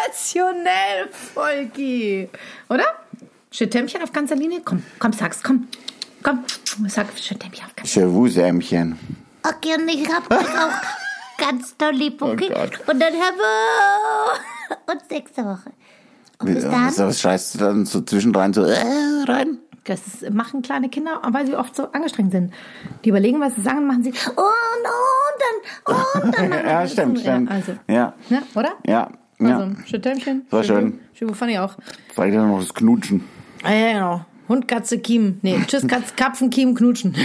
S1: sensationell, Volki. Oder? Schüttempchen auf ganzer Linie? Komm, komm, sag's, komm. Komm, sag Schüttempchen auf ganzer
S2: Chevus-Ämchen.
S4: Okay, und ich hab dich auch ganz doll lieb, okay?
S2: Gott.
S4: und dann haben wir [laughs] uns nächste Woche. Und bis dann.
S2: Was, was scheißt du dann so zwischendrein so äh, rein?
S1: Das ist- machen kleine Kinder, weil sie oft so angestrengt sind. Die überlegen, was sie sagen, und machen sie. "Oh,
S4: Und, und
S1: [laughs]
S4: dann, und dann. machen wir
S2: Ja,
S4: das
S2: stimmt,
S4: so.
S2: stimmt.
S1: Ja, also.
S2: Ja.
S1: Ne, oder?
S2: Ja.
S1: Also,
S2: ja.
S1: Schüttempchen.
S2: War schön.
S1: Schön, fand ich auch.
S2: Zeig dir noch das Knutschen.
S1: Ah, ja, genau. Hund, Katze, Kiem. Nee, tschüss, Katze, Kapfen, Kiem, Knutschen.